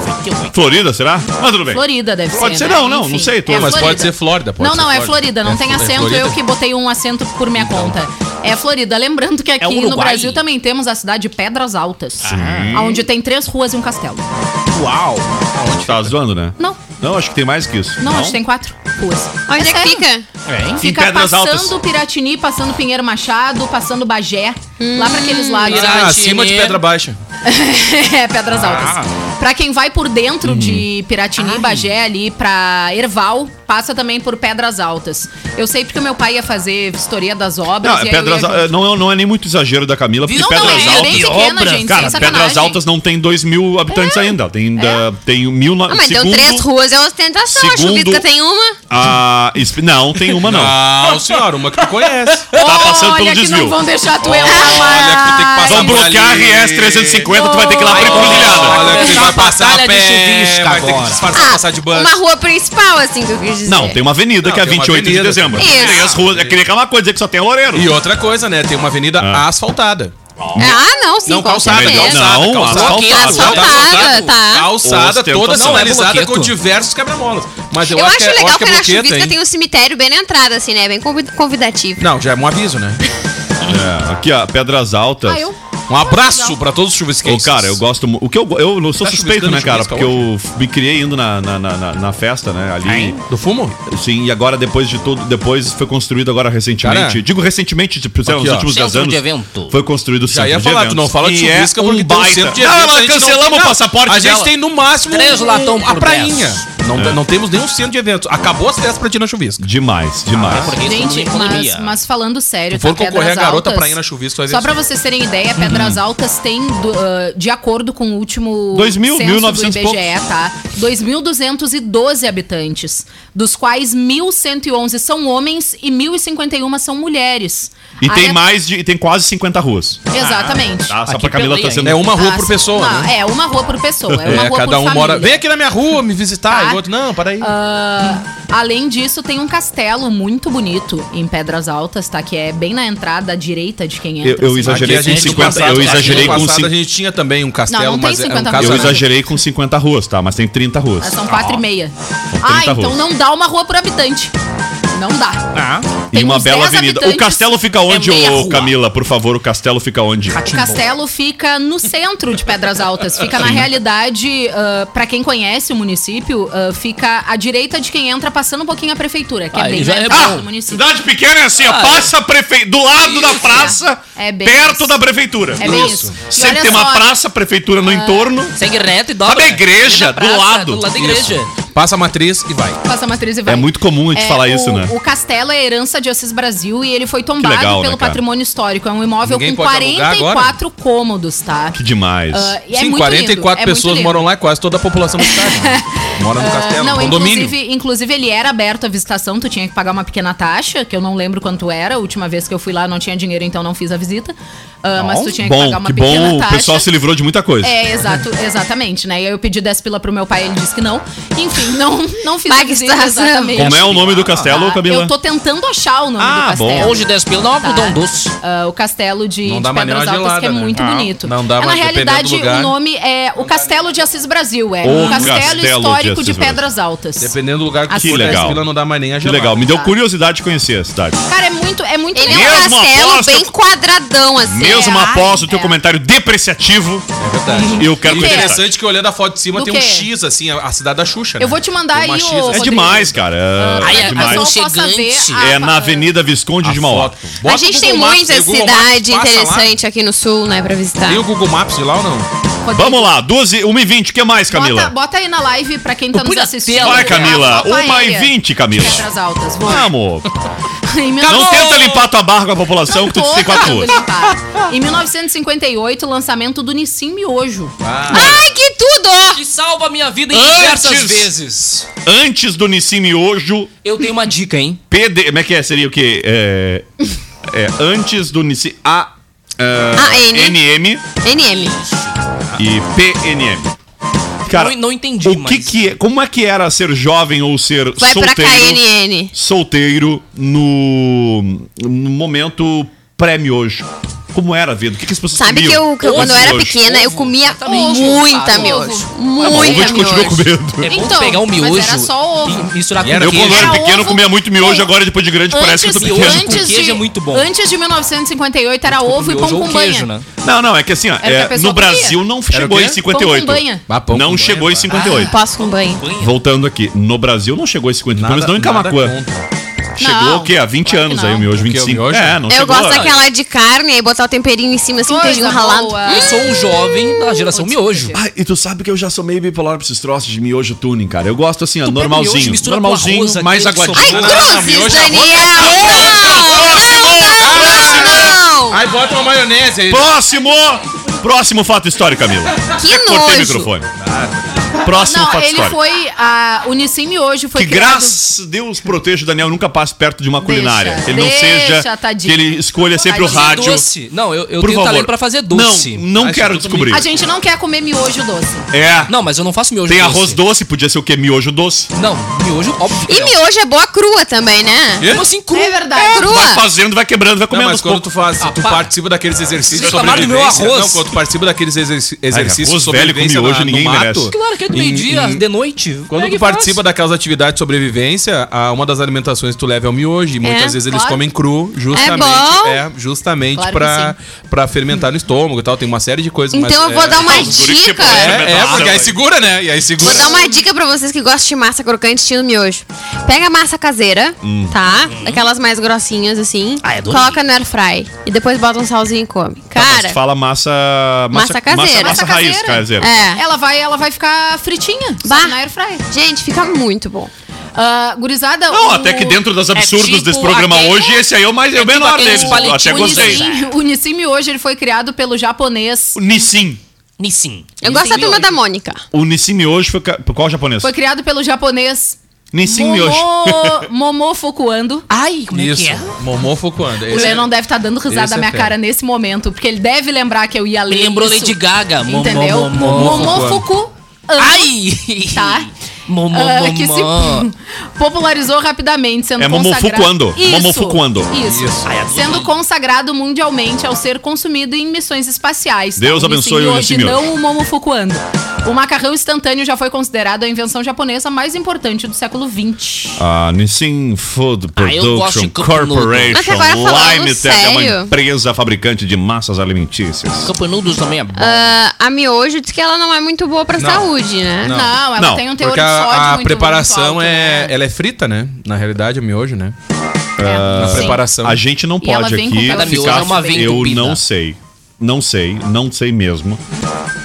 [SPEAKER 4] Florida, será? Mas tudo bem.
[SPEAKER 7] Florida deve
[SPEAKER 4] Pode
[SPEAKER 7] ser. né?
[SPEAKER 4] ser, não, não, não sei, tô-
[SPEAKER 7] tudo.
[SPEAKER 6] Mas pode ser Flórida, pode
[SPEAKER 7] Não,
[SPEAKER 6] ser
[SPEAKER 7] não, é Florida, não tem
[SPEAKER 6] É
[SPEAKER 7] acento,
[SPEAKER 6] Florida.
[SPEAKER 7] eu que botei um acento por minha conta. É Florida. Lembrando que aqui no
[SPEAKER 5] Uruguai.
[SPEAKER 7] Brasil também temos a cidade de Pedras Altas, onde tem três ruas e um castelo.
[SPEAKER 4] Uau. Tá zoando, né?
[SPEAKER 7] Não,
[SPEAKER 4] Não, acho que tem mais que isso.
[SPEAKER 7] não, a gente tem quatro ruas.
[SPEAKER 8] Onde é que
[SPEAKER 7] sério.
[SPEAKER 8] fica?
[SPEAKER 7] Fica
[SPEAKER 4] Pedras
[SPEAKER 7] passando
[SPEAKER 4] Altas.
[SPEAKER 7] Piratini, passando Pinheiro Machado, passando Bagé, lá pra
[SPEAKER 8] Hum.
[SPEAKER 7] aqueles lados.
[SPEAKER 5] Pirati-
[SPEAKER 6] Ah, acima de Pedra Baixa.
[SPEAKER 7] [laughs] é, Pedras
[SPEAKER 4] Ah.
[SPEAKER 7] Altas. Pra quem vai por dentro de
[SPEAKER 4] Uhum.
[SPEAKER 7] Piratini, Bagé ali pra Erval, passa também por Pedras Altas. Eu sei porque o meu pai ia fazer vistoria das obras.
[SPEAKER 4] Não,
[SPEAKER 7] e aí eu
[SPEAKER 4] pedras,
[SPEAKER 7] ia junto.
[SPEAKER 4] eh, não, é- não é nem muito exagero da Camila, porque
[SPEAKER 7] Não, não,
[SPEAKER 4] Pedras
[SPEAKER 7] é
[SPEAKER 4] Altas.
[SPEAKER 7] bem pequena, gente, sem
[SPEAKER 4] cara,
[SPEAKER 7] sacanagem. É.
[SPEAKER 4] Pedras Altas não tem dois mil habitantes ainda. ela Tem, da- tem mil. na-
[SPEAKER 8] Ah, mas deu
[SPEAKER 4] segundo-
[SPEAKER 8] três ruas, é ostentação. Acho que o
[SPEAKER 4] segundo-
[SPEAKER 8] Bitka tem uma.
[SPEAKER 4] Ah, esp- não, tem uma
[SPEAKER 7] [laughs]
[SPEAKER 4] não.
[SPEAKER 6] Não, senhora, Ah, uma que tu conhece.
[SPEAKER 4] Tá passando
[SPEAKER 7] Olha
[SPEAKER 4] pelo
[SPEAKER 7] que
[SPEAKER 4] desvio.
[SPEAKER 7] não vão deixar tu
[SPEAKER 6] Olha
[SPEAKER 7] eu
[SPEAKER 6] que tu tem que passar
[SPEAKER 4] Vão
[SPEAKER 6] por
[SPEAKER 4] bloquear a
[SPEAKER 6] ali.
[SPEAKER 4] RS 350, tu vai ter que ir lá pra encruzilhada.
[SPEAKER 6] Olha que
[SPEAKER 5] Deixa uma
[SPEAKER 6] vai passar a
[SPEAKER 5] batalha de
[SPEAKER 6] pé,
[SPEAKER 5] chuvisca
[SPEAKER 6] vai ter que
[SPEAKER 5] agora.
[SPEAKER 6] disfarçar, passar de banco.
[SPEAKER 8] Ah, Uma rua principal, assim, que eu quis dizer.
[SPEAKER 4] Não, tem uma avenida
[SPEAKER 6] Não,
[SPEAKER 4] que é
[SPEAKER 6] tem uma
[SPEAKER 4] 28 de
[SPEAKER 6] avenida.
[SPEAKER 4] dezembro.
[SPEAKER 8] Isso.
[SPEAKER 4] Tem as ruas. É que nem aquela coisa que só tem Loureiro.
[SPEAKER 6] E outra coisa, né? Tem uma avenida asfaltada.
[SPEAKER 8] Ah, não, sim,
[SPEAKER 6] Não,
[SPEAKER 8] com
[SPEAKER 6] calçada,
[SPEAKER 8] certeza.
[SPEAKER 4] Melhor não, asfaltado.
[SPEAKER 8] Asfaltada,
[SPEAKER 6] Asfaltado.
[SPEAKER 8] tá.
[SPEAKER 6] Calçada
[SPEAKER 4] Ostentação.
[SPEAKER 6] toda
[SPEAKER 4] Não, é
[SPEAKER 6] sinalizada
[SPEAKER 5] bloqueto.
[SPEAKER 6] com diversos quebra-molas. Mas eu,
[SPEAKER 8] Eu acho
[SPEAKER 6] é- eu
[SPEAKER 8] legal
[SPEAKER 6] acho
[SPEAKER 8] que,
[SPEAKER 6] é
[SPEAKER 8] na
[SPEAKER 6] bloqueto,
[SPEAKER 8] Chuvisca
[SPEAKER 6] hein?
[SPEAKER 8] tem um cemitério bem na entrada, assim, né? Bem convi- convidativo.
[SPEAKER 6] Não, já é um aviso, né?
[SPEAKER 4] É, aqui, ó, Pedras Altas.
[SPEAKER 7] Ah, eu?
[SPEAKER 6] Um abraço pra todos os chuvisquenses.
[SPEAKER 4] Ô, cara, eu gosto. mu- O que eu, go- eu não sou
[SPEAKER 6] Tá
[SPEAKER 4] suspeito, né,
[SPEAKER 6] chuviscando
[SPEAKER 4] cara?
[SPEAKER 6] chuvisca
[SPEAKER 4] Porque eu f- me criei indo na, na, na- na- na festa, né? Ali.
[SPEAKER 6] Do fumo?
[SPEAKER 4] Sim, e agora depois de tudo, depois foi construído agora recentemente.
[SPEAKER 6] Cara.
[SPEAKER 4] Digo recentemente, tipo, sei lá,
[SPEAKER 6] Aqui,
[SPEAKER 4] nos
[SPEAKER 6] ó.
[SPEAKER 4] últimos 10
[SPEAKER 5] Centro
[SPEAKER 4] anos.
[SPEAKER 5] de evento.
[SPEAKER 4] Foi construído o centro
[SPEAKER 6] Já ia
[SPEAKER 4] de
[SPEAKER 6] falar, tu
[SPEAKER 4] eventos.
[SPEAKER 6] não fala de
[SPEAKER 4] E é
[SPEAKER 6] chuvisca
[SPEAKER 4] um
[SPEAKER 6] porque tem um
[SPEAKER 4] baita.
[SPEAKER 6] centro de
[SPEAKER 4] Não,
[SPEAKER 6] eventos,
[SPEAKER 4] ela
[SPEAKER 6] a gente não
[SPEAKER 4] cancelamos
[SPEAKER 6] tem-
[SPEAKER 4] o
[SPEAKER 6] não,
[SPEAKER 4] passaporte
[SPEAKER 6] A gente
[SPEAKER 4] dela.
[SPEAKER 6] tem no máximo
[SPEAKER 5] Três
[SPEAKER 6] um-
[SPEAKER 5] latão
[SPEAKER 6] a
[SPEAKER 5] por
[SPEAKER 6] prainha.
[SPEAKER 5] dez.
[SPEAKER 4] É.
[SPEAKER 6] Não, não temos nenhum centro de eventos. Acabou as festas pra ti na chuvisca.
[SPEAKER 4] Demais, demais.
[SPEAKER 7] Gente, mas, mas falando sério,
[SPEAKER 6] Se for
[SPEAKER 7] tá?
[SPEAKER 6] concorrer
[SPEAKER 7] Pedras
[SPEAKER 6] a garota
[SPEAKER 7] Altas-
[SPEAKER 6] pra ir na chuvisca, tu vai ver assim, Uhum.
[SPEAKER 7] Só
[SPEAKER 6] isso.
[SPEAKER 7] pra vocês terem ideia, Pedras Altas tem, do- ah, de acordo com o último
[SPEAKER 4] 2000,
[SPEAKER 7] censo
[SPEAKER 4] 1900
[SPEAKER 7] do
[SPEAKER 4] e
[SPEAKER 7] IBGE, tá? 2.212 habitantes, dos quais 1.111 são homens e 1.051 são mulheres.
[SPEAKER 4] E tem
[SPEAKER 7] Área-
[SPEAKER 4] mais de. Tem quase 50 ruas.
[SPEAKER 7] é Exatamente.
[SPEAKER 4] Tá? Só
[SPEAKER 5] Aqui
[SPEAKER 4] pra Camila tá
[SPEAKER 5] Belém,
[SPEAKER 4] sendo.
[SPEAKER 6] É uma rua
[SPEAKER 7] Ah,
[SPEAKER 6] por pessoa,
[SPEAKER 7] não,
[SPEAKER 6] né?
[SPEAKER 7] É, uma rua por pessoa.
[SPEAKER 6] [laughs]
[SPEAKER 7] É, uma
[SPEAKER 6] É,
[SPEAKER 7] rua
[SPEAKER 6] cada
[SPEAKER 7] por
[SPEAKER 6] um
[SPEAKER 7] família.
[SPEAKER 6] mora. Vem aqui na minha rua me visitar.
[SPEAKER 7] Tá.
[SPEAKER 6] E o outro, não, para aí.
[SPEAKER 7] Ah, além disso, tem um castelo muito bonito em Pedras Altas, tá? Que é bem na entrada à direita de quem entra.
[SPEAKER 4] Eu, eu
[SPEAKER 7] assim.
[SPEAKER 4] exagerei
[SPEAKER 6] Aqui a
[SPEAKER 4] com
[SPEAKER 6] gente do
[SPEAKER 4] 50.
[SPEAKER 6] passado-
[SPEAKER 4] eu
[SPEAKER 6] aqui no
[SPEAKER 4] exagerei com
[SPEAKER 6] passado
[SPEAKER 4] 50.
[SPEAKER 6] A gente tinha também um castelo,
[SPEAKER 7] Não, não tem
[SPEAKER 6] mas é um
[SPEAKER 7] 50
[SPEAKER 4] Eu
[SPEAKER 6] casamento.
[SPEAKER 4] exagerei com 50 ruas, tá? Mas tem 30
[SPEAKER 7] Ah,
[SPEAKER 4] ruas.
[SPEAKER 7] São quatro e meia. Ah, então
[SPEAKER 4] ruas.
[SPEAKER 7] não dá uma rua por habitante. Não dá.
[SPEAKER 4] E
[SPEAKER 7] Tá. Tem
[SPEAKER 4] uma
[SPEAKER 7] uns
[SPEAKER 4] bela
[SPEAKER 7] 10
[SPEAKER 4] avenida. O
[SPEAKER 7] habitantes,
[SPEAKER 4] castelo fica onde,
[SPEAKER 5] é meia
[SPEAKER 4] ô,
[SPEAKER 5] rua.
[SPEAKER 4] Camila? Por favor, o castelo fica onde?
[SPEAKER 7] O castelo fica no centro de Pedras Altas. Fica, na realidade, ah, pra quem conhece o município, ah, fica à direita de quem entra, passando um pouquinho a prefeitura, que
[SPEAKER 5] Ah,
[SPEAKER 7] é bem
[SPEAKER 5] já é
[SPEAKER 7] perto
[SPEAKER 5] bom.
[SPEAKER 7] do município.
[SPEAKER 4] Cidade pequena é assim, ó.
[SPEAKER 5] Ah,
[SPEAKER 4] Passa a prefe... do lado da praça,
[SPEAKER 7] É bem
[SPEAKER 4] perto
[SPEAKER 7] isso.
[SPEAKER 4] da prefeitura.
[SPEAKER 7] É bem isso. E
[SPEAKER 4] Sempre
[SPEAKER 7] olha
[SPEAKER 4] tem uma
[SPEAKER 7] só, Ah.
[SPEAKER 4] praça, prefeitura no entorno.
[SPEAKER 5] Segue reto e dobra.
[SPEAKER 4] Sabe a igreja,
[SPEAKER 5] Segue na praça,
[SPEAKER 4] do lado.
[SPEAKER 5] Do lado da igreja.
[SPEAKER 6] Passa a matriz e vai.
[SPEAKER 7] Passa a matriz e vai.
[SPEAKER 4] É muito comum a gente falar
[SPEAKER 7] o-
[SPEAKER 4] isso, né?
[SPEAKER 7] O castelo é herança de Assis Brasil e ele foi tombado
[SPEAKER 4] legal, né,
[SPEAKER 7] pelo
[SPEAKER 4] cara?
[SPEAKER 7] patrimônio histórico. É um imóvel
[SPEAKER 6] Ninguém
[SPEAKER 7] com
[SPEAKER 6] pode alugar agora?
[SPEAKER 7] 44 cômodos, tá?
[SPEAKER 4] Que demais.
[SPEAKER 7] Ah, e é
[SPEAKER 6] Sim,
[SPEAKER 7] muito lindo,
[SPEAKER 6] 44
[SPEAKER 7] é muito
[SPEAKER 6] pessoas
[SPEAKER 7] lindo.
[SPEAKER 6] moram lá, quase toda a população do estado.
[SPEAKER 7] [laughs]
[SPEAKER 6] né? Mora no
[SPEAKER 7] Ah,
[SPEAKER 6] castelo, no
[SPEAKER 7] não,
[SPEAKER 4] um
[SPEAKER 6] condomínio.
[SPEAKER 7] inclusive, inclusive ele era aberto à visitação, tu tinha que pagar uma pequena taxa, que eu não lembro quanto era. A última vez que eu fui lá não tinha dinheiro, então não fiz a visita. Ah, mas tu tinha que
[SPEAKER 4] bom,
[SPEAKER 7] pagar uma
[SPEAKER 4] que
[SPEAKER 7] pequena
[SPEAKER 4] bom, o
[SPEAKER 7] taxa.
[SPEAKER 4] pessoal se livrou de muita coisa.
[SPEAKER 7] É, exato, exatamente, né? E aí eu pedi 10 pila pro meu pai, ele disse que não. Enfim, não, não fiz a
[SPEAKER 8] Pague
[SPEAKER 7] visita
[SPEAKER 8] estação.
[SPEAKER 7] exatamente.
[SPEAKER 4] Como é o nome do castelo,
[SPEAKER 7] Ah,
[SPEAKER 4] Camila?
[SPEAKER 7] Eu tô tentando achar o nome
[SPEAKER 4] Ah,
[SPEAKER 7] do castelo.
[SPEAKER 4] bom.
[SPEAKER 5] Hoje 10 pila não é um
[SPEAKER 7] Tá.
[SPEAKER 5] algodão doce.
[SPEAKER 7] Ah, o castelo de,
[SPEAKER 6] Não
[SPEAKER 7] de
[SPEAKER 6] dá mais
[SPEAKER 7] Pedras
[SPEAKER 6] nem uma
[SPEAKER 7] Altas, que é
[SPEAKER 6] gelada, né?
[SPEAKER 7] muito
[SPEAKER 6] Não,
[SPEAKER 7] bonito.
[SPEAKER 6] não dá
[SPEAKER 7] É, na
[SPEAKER 6] mais, dependendo
[SPEAKER 7] realidade,
[SPEAKER 6] do lugar.
[SPEAKER 7] o nome é o Castelo de Assis Brasil, é.
[SPEAKER 4] O
[SPEAKER 7] O, castelo,
[SPEAKER 4] Castelo de
[SPEAKER 7] Histórico
[SPEAKER 4] Assis
[SPEAKER 7] de,
[SPEAKER 4] Brasil.
[SPEAKER 7] Pedras Altas.
[SPEAKER 6] Dependendo do lugar que
[SPEAKER 7] Que
[SPEAKER 6] for, dez
[SPEAKER 4] legal.
[SPEAKER 6] pila não dá mais nem
[SPEAKER 8] É
[SPEAKER 6] a
[SPEAKER 4] que
[SPEAKER 6] gelada.
[SPEAKER 4] legal. Me deu curiosidade de conhecer a cidade.
[SPEAKER 7] Cara, é muito, é muito
[SPEAKER 8] Ele é
[SPEAKER 7] legal.
[SPEAKER 8] um
[SPEAKER 4] Mesmo
[SPEAKER 8] castelo
[SPEAKER 4] aposta-
[SPEAKER 8] bem quadradão, assim.
[SPEAKER 4] Mesmo
[SPEAKER 8] é,
[SPEAKER 4] após
[SPEAKER 8] ai,
[SPEAKER 4] o teu
[SPEAKER 8] é.
[SPEAKER 4] comentário depreciativo,
[SPEAKER 6] É verdade.
[SPEAKER 4] eu quero
[SPEAKER 6] E
[SPEAKER 4] conhecer. a cidade.
[SPEAKER 6] interessante que olhando a foto de cima
[SPEAKER 7] Do
[SPEAKER 6] tem um
[SPEAKER 7] quê?
[SPEAKER 6] X, assim, a, a cidade da Xuxa. né?
[SPEAKER 7] Eu vou te mandar
[SPEAKER 6] Tem uma
[SPEAKER 7] aí
[SPEAKER 6] X,
[SPEAKER 7] o-
[SPEAKER 6] assim.
[SPEAKER 4] É
[SPEAKER 7] Rodrigo.
[SPEAKER 4] demais, cara.
[SPEAKER 8] Ah,
[SPEAKER 4] É,
[SPEAKER 5] Ai,
[SPEAKER 4] é
[SPEAKER 5] a-
[SPEAKER 4] demais.
[SPEAKER 8] um
[SPEAKER 7] Mas eu posso
[SPEAKER 5] Aconchegante.
[SPEAKER 7] fazer a-
[SPEAKER 4] É na Avenida Visconde de
[SPEAKER 6] A
[SPEAKER 4] Mauá.
[SPEAKER 6] foto.
[SPEAKER 8] A
[SPEAKER 6] Bota
[SPEAKER 8] gente
[SPEAKER 6] o
[SPEAKER 8] tem
[SPEAKER 6] Google Maps,
[SPEAKER 8] muita
[SPEAKER 6] tem o Google
[SPEAKER 8] cidade
[SPEAKER 6] Maps, passa lá.
[SPEAKER 8] interessante aqui no sul, né, pra visitar.
[SPEAKER 6] Tem o Google Maps de lá ou não?
[SPEAKER 7] Rodrigo,
[SPEAKER 4] Vamos lá, 12, 1h20, o que mais, Camila?
[SPEAKER 7] Bota, bota aí na live pra quem tá
[SPEAKER 5] Põe
[SPEAKER 7] nos
[SPEAKER 5] na
[SPEAKER 7] assistindo.
[SPEAKER 5] tela,
[SPEAKER 4] Vai, Camila.
[SPEAKER 7] A foto
[SPEAKER 4] 1 e
[SPEAKER 7] aérea
[SPEAKER 4] 20, Camila.
[SPEAKER 8] Tá
[SPEAKER 7] de Pedras Altas.
[SPEAKER 4] Vamos.
[SPEAKER 7] Vamos. [laughs] Em
[SPEAKER 4] Não
[SPEAKER 7] 19-
[SPEAKER 4] tenta limpar tua barra com a população que tu tem quatro
[SPEAKER 7] Tentando [laughs]
[SPEAKER 4] hoje.
[SPEAKER 7] limpar. Em 1958, lançamento do Nissin Miojo.
[SPEAKER 8] Ai, que tudo!
[SPEAKER 5] Que salva minha vida em
[SPEAKER 4] Antes.
[SPEAKER 5] diversas vezes.
[SPEAKER 4] Antes do Nissim Miojo,
[SPEAKER 5] Eu tenho uma dica, hein?
[SPEAKER 4] PD... Como é que é? Seria o quê? É... é, antes do Nissim... A... é,
[SPEAKER 8] A N.
[SPEAKER 4] NM
[SPEAKER 8] NM.
[SPEAKER 4] e PNM. Cara,
[SPEAKER 5] não, não entendi,
[SPEAKER 4] o que que é... Como é que era ser jovem ou ser
[SPEAKER 8] Vai pra
[SPEAKER 4] solteiro?
[SPEAKER 8] KNN.
[SPEAKER 4] solteiro no, no momento pré-miojo. Como era a vida? O que, que as pessoas
[SPEAKER 8] Sabe que eu, que eu, quando eu era
[SPEAKER 4] pequeno
[SPEAKER 8] pequena, eu comia
[SPEAKER 7] Exatamente.
[SPEAKER 8] muita
[SPEAKER 7] Ovo.
[SPEAKER 8] miojo.
[SPEAKER 4] Ovo a
[SPEAKER 8] Muita
[SPEAKER 4] gente continua
[SPEAKER 8] miojo.
[SPEAKER 4] comendo.
[SPEAKER 5] É bom
[SPEAKER 7] Então,
[SPEAKER 5] tu pegar o
[SPEAKER 7] mas
[SPEAKER 5] miojo
[SPEAKER 7] era só ovo.
[SPEAKER 5] e misturar com
[SPEAKER 6] E era-
[SPEAKER 4] Eu, quando eu era
[SPEAKER 7] Era
[SPEAKER 4] pequeno,
[SPEAKER 7] ovo
[SPEAKER 4] comia muito miojo,
[SPEAKER 7] com-
[SPEAKER 4] agora depois de grande parece que eu tô
[SPEAKER 5] miojo
[SPEAKER 4] pequeno.
[SPEAKER 5] com queijo é muito bom.
[SPEAKER 7] Antes de 1958 era ovo e pão
[SPEAKER 5] miojo
[SPEAKER 7] com
[SPEAKER 5] ou
[SPEAKER 4] um
[SPEAKER 5] queijo,
[SPEAKER 7] banha.
[SPEAKER 5] né?
[SPEAKER 4] Não, não, é que assim, ó,
[SPEAKER 7] que a
[SPEAKER 4] é,
[SPEAKER 7] pessoa
[SPEAKER 4] no
[SPEAKER 7] comia.
[SPEAKER 4] Brasil não chegou
[SPEAKER 6] quê?
[SPEAKER 4] em 58.
[SPEAKER 7] Pão com banha.
[SPEAKER 6] Ah, pão
[SPEAKER 4] não
[SPEAKER 6] com
[SPEAKER 4] chegou
[SPEAKER 6] banha,
[SPEAKER 4] em 58.
[SPEAKER 8] Passo com banho.
[SPEAKER 4] Voltando aqui, no Brasil não chegou em 58, mas não em Camacuã. Chegou
[SPEAKER 7] Não,
[SPEAKER 4] o quê? Há 20
[SPEAKER 7] claro que
[SPEAKER 4] anos aí,
[SPEAKER 7] não.
[SPEAKER 4] o miojo,
[SPEAKER 6] que é o
[SPEAKER 4] 25.
[SPEAKER 6] miojo?
[SPEAKER 4] É, não
[SPEAKER 8] Eu
[SPEAKER 4] chegou.
[SPEAKER 8] gosto
[SPEAKER 4] lá.
[SPEAKER 8] daquela de carne, aí botar o temperinho em cima, assim, um queijinho
[SPEAKER 7] Coisa
[SPEAKER 8] ralado.
[SPEAKER 7] boa.
[SPEAKER 5] Eu sou um jovem da geração miojo.
[SPEAKER 4] Ah, e tu sabe que eu já sou meio bipolar pra esses troços de miojo tuning, cara. Eu gosto assim, ó,
[SPEAKER 5] pega
[SPEAKER 4] normalzinho.
[SPEAKER 5] miojo, mistura com
[SPEAKER 4] normalzinho,
[SPEAKER 5] arroz,
[SPEAKER 4] mais
[SPEAKER 5] aquele
[SPEAKER 4] aguadinho.
[SPEAKER 6] Não,
[SPEAKER 8] Ai,
[SPEAKER 6] não, não,
[SPEAKER 8] cruzes,
[SPEAKER 6] miojo é
[SPEAKER 8] Daniel!
[SPEAKER 6] não,
[SPEAKER 8] Não, não, não,
[SPEAKER 6] Aí bota uma maionese aí.
[SPEAKER 4] Próximo! Próximo fato histórico, Camila. Cortei
[SPEAKER 8] Que
[SPEAKER 4] o
[SPEAKER 8] nojo!
[SPEAKER 4] microfone. Próximo
[SPEAKER 7] Ah. Não,
[SPEAKER 4] fato
[SPEAKER 7] ele
[SPEAKER 4] histórico.
[SPEAKER 7] foi. A, o Nissin Miojo foi
[SPEAKER 4] Que
[SPEAKER 7] criado-
[SPEAKER 4] graças a Deus proteja o Daniel nunca passe perto de uma
[SPEAKER 7] Deixa,
[SPEAKER 4] culinária. ele não
[SPEAKER 7] deixa,
[SPEAKER 4] seja.
[SPEAKER 7] tadinho.
[SPEAKER 4] Que ele escolha sempre o
[SPEAKER 7] Tadinho.
[SPEAKER 4] rádio.
[SPEAKER 5] Doce. Não, eu, eu
[SPEAKER 4] Por
[SPEAKER 5] tenho
[SPEAKER 4] favor.
[SPEAKER 5] talento pra fazer doce.
[SPEAKER 4] Não, não
[SPEAKER 6] Acho
[SPEAKER 4] quero
[SPEAKER 6] que todo
[SPEAKER 4] descobrir.
[SPEAKER 7] A gente não quer comer miojo doce.
[SPEAKER 4] É.
[SPEAKER 5] Não, mas eu não faço miojo
[SPEAKER 4] Tem arroz doce, podia ser o quê? Miojo doce?
[SPEAKER 5] Não, miojo, óbvio. que
[SPEAKER 8] E
[SPEAKER 5] não.
[SPEAKER 8] miojo é boa crua também, né?
[SPEAKER 5] Como assim, cru?
[SPEAKER 7] É verdade.
[SPEAKER 4] Vai
[SPEAKER 8] Crua?
[SPEAKER 4] fazendo, vai quebrando, vai
[SPEAKER 6] Não,
[SPEAKER 4] comendo
[SPEAKER 6] mas
[SPEAKER 4] aos
[SPEAKER 6] quando tu
[SPEAKER 4] poucos.
[SPEAKER 6] faz,
[SPEAKER 5] Ah,
[SPEAKER 6] tu
[SPEAKER 5] pá.
[SPEAKER 6] participa daqueles exercícios
[SPEAKER 5] Vocês
[SPEAKER 6] sobre
[SPEAKER 5] acabaram do meu arroz.
[SPEAKER 6] Não, quando tu participa daqueles exerc- exercícios
[SPEAKER 4] arroz
[SPEAKER 6] sobre
[SPEAKER 4] velho com miojo, ninguém merece.
[SPEAKER 5] Claro que é do
[SPEAKER 6] Em-
[SPEAKER 5] meio-dia,
[SPEAKER 6] em-
[SPEAKER 5] de noite.
[SPEAKER 6] Quando
[SPEAKER 5] Pega
[SPEAKER 6] tu
[SPEAKER 5] e
[SPEAKER 6] participa
[SPEAKER 5] faz.
[SPEAKER 6] daquelas atividades de sobrevivência, a- uma das alimentações que tu leva é o miojo. E muitas vezes eles
[SPEAKER 7] claro.
[SPEAKER 6] comem cru, justamente.
[SPEAKER 8] bom.
[SPEAKER 6] É, justamente
[SPEAKER 7] Claro que
[SPEAKER 6] pra, pra fermentar no estômago e tal. Tem uma série de coisas. mas
[SPEAKER 8] Então eu vou
[SPEAKER 6] é-
[SPEAKER 8] dar uma
[SPEAKER 4] os guri que
[SPEAKER 8] dica.
[SPEAKER 4] puderam, né?
[SPEAKER 6] É, é, porque aí
[SPEAKER 4] Aí.
[SPEAKER 6] segura, né? E aí segura.
[SPEAKER 8] Vou dar uma dica pra vocês que gostam de massa crocante estilo miojo. Pega a massa caseira,
[SPEAKER 4] Hum.
[SPEAKER 8] tá? Aquelas mais grossinhas assim.
[SPEAKER 5] Ah, é doce.
[SPEAKER 8] coloca no air fry e depois bota um salzinho e come.
[SPEAKER 4] Tá, mas
[SPEAKER 8] Cara,
[SPEAKER 4] tu fala massa.
[SPEAKER 8] Massa caseira.
[SPEAKER 4] Massa,
[SPEAKER 7] Massa
[SPEAKER 4] raiz
[SPEAKER 7] caseira.
[SPEAKER 4] caseira.
[SPEAKER 8] é.
[SPEAKER 7] Ela vai, ela vai ficar fritinha só
[SPEAKER 8] Bah.
[SPEAKER 7] que na air fry.
[SPEAKER 8] Gente, fica muito bom.
[SPEAKER 7] Ah, gurizada.
[SPEAKER 4] Não,
[SPEAKER 7] o-
[SPEAKER 4] até que dentro
[SPEAKER 8] É
[SPEAKER 4] dos absurdos
[SPEAKER 5] tipo
[SPEAKER 4] desse programa
[SPEAKER 5] aquele-
[SPEAKER 4] hoje, esse aí é o mais é o
[SPEAKER 5] tipo
[SPEAKER 4] menor
[SPEAKER 5] aqueles
[SPEAKER 4] deles. Eu até
[SPEAKER 7] o
[SPEAKER 5] palitinhos,
[SPEAKER 4] gostei.
[SPEAKER 7] Nissin, o Nissin Miojo ele foi criado pelo japonês.
[SPEAKER 4] O Nissin.
[SPEAKER 5] Nissin.
[SPEAKER 8] Eu gosto da turma da Mônica.
[SPEAKER 4] O Nissin Miojo foi. ca- Qual japonês?
[SPEAKER 7] Foi criado pelo japonês
[SPEAKER 4] Nissin Miojo.
[SPEAKER 7] [laughs] Momo, Momo Fukuando.
[SPEAKER 5] Ai, como
[SPEAKER 6] Isso.
[SPEAKER 5] é que é?
[SPEAKER 6] Momofo quando?
[SPEAKER 7] O Léo não deve estar dando risada
[SPEAKER 6] é- esse é
[SPEAKER 7] na minha
[SPEAKER 6] fera.
[SPEAKER 7] cara nesse momento, porque ele deve lembrar que eu ia ler.
[SPEAKER 5] Me lembrou
[SPEAKER 7] isso,
[SPEAKER 5] Lady Gaga. Mo- mo-
[SPEAKER 7] Entendeu?
[SPEAKER 5] mo- mo-
[SPEAKER 7] Momo Fukuando.
[SPEAKER 5] Ai!
[SPEAKER 7] Tá?
[SPEAKER 5] Mo- mo-
[SPEAKER 7] Ah,
[SPEAKER 5] mo-
[SPEAKER 7] que se [laughs]
[SPEAKER 5] mo.
[SPEAKER 7] popularizou rapidamente, sendo
[SPEAKER 4] É Momo
[SPEAKER 7] consagrado...
[SPEAKER 4] Fukuando.
[SPEAKER 7] Isso,
[SPEAKER 4] Momo Fukuando.
[SPEAKER 7] Isso. Sendo consagrado mundialmente ao ser consumido em missões espaciais.
[SPEAKER 4] Deus
[SPEAKER 7] Nissin
[SPEAKER 4] abençoe o
[SPEAKER 7] Yoji,
[SPEAKER 4] Nissin Yoji.
[SPEAKER 7] Não o Momo Fukuando. O macarrão instantâneo já foi considerado a invenção japonesa mais importante do século XX.
[SPEAKER 4] A Ah, Nissin Food
[SPEAKER 5] Ah, eu gosto
[SPEAKER 4] Production
[SPEAKER 5] de cup
[SPEAKER 8] Mas agora
[SPEAKER 4] Corporation
[SPEAKER 8] falando
[SPEAKER 4] Limited é uma
[SPEAKER 8] sério?
[SPEAKER 4] empresa fabricante de massas alimentícias.
[SPEAKER 5] Campo Nudos também é bom.
[SPEAKER 8] Ah, a miojo diz que ela não é muito boa pra saúde, né?
[SPEAKER 7] Não,
[SPEAKER 6] Não.
[SPEAKER 7] ela
[SPEAKER 4] Não,
[SPEAKER 7] tem um teor
[SPEAKER 6] Porque
[SPEAKER 7] de
[SPEAKER 6] a,
[SPEAKER 7] sódio
[SPEAKER 6] a
[SPEAKER 7] muito- muito
[SPEAKER 6] preparação
[SPEAKER 7] alto,
[SPEAKER 6] é.
[SPEAKER 7] né?
[SPEAKER 6] Ela é frita, né? Na realidade, é miojo, né?
[SPEAKER 7] É,
[SPEAKER 6] Na
[SPEAKER 7] sim.
[SPEAKER 6] preparação.
[SPEAKER 4] A gente não
[SPEAKER 7] E ela
[SPEAKER 4] pode
[SPEAKER 7] vem com
[SPEAKER 4] aqui
[SPEAKER 7] cada
[SPEAKER 5] miojo,
[SPEAKER 4] ficar.
[SPEAKER 5] é uma veia
[SPEAKER 4] eu
[SPEAKER 5] entupida.
[SPEAKER 4] não sei. Não sei, não sei mesmo.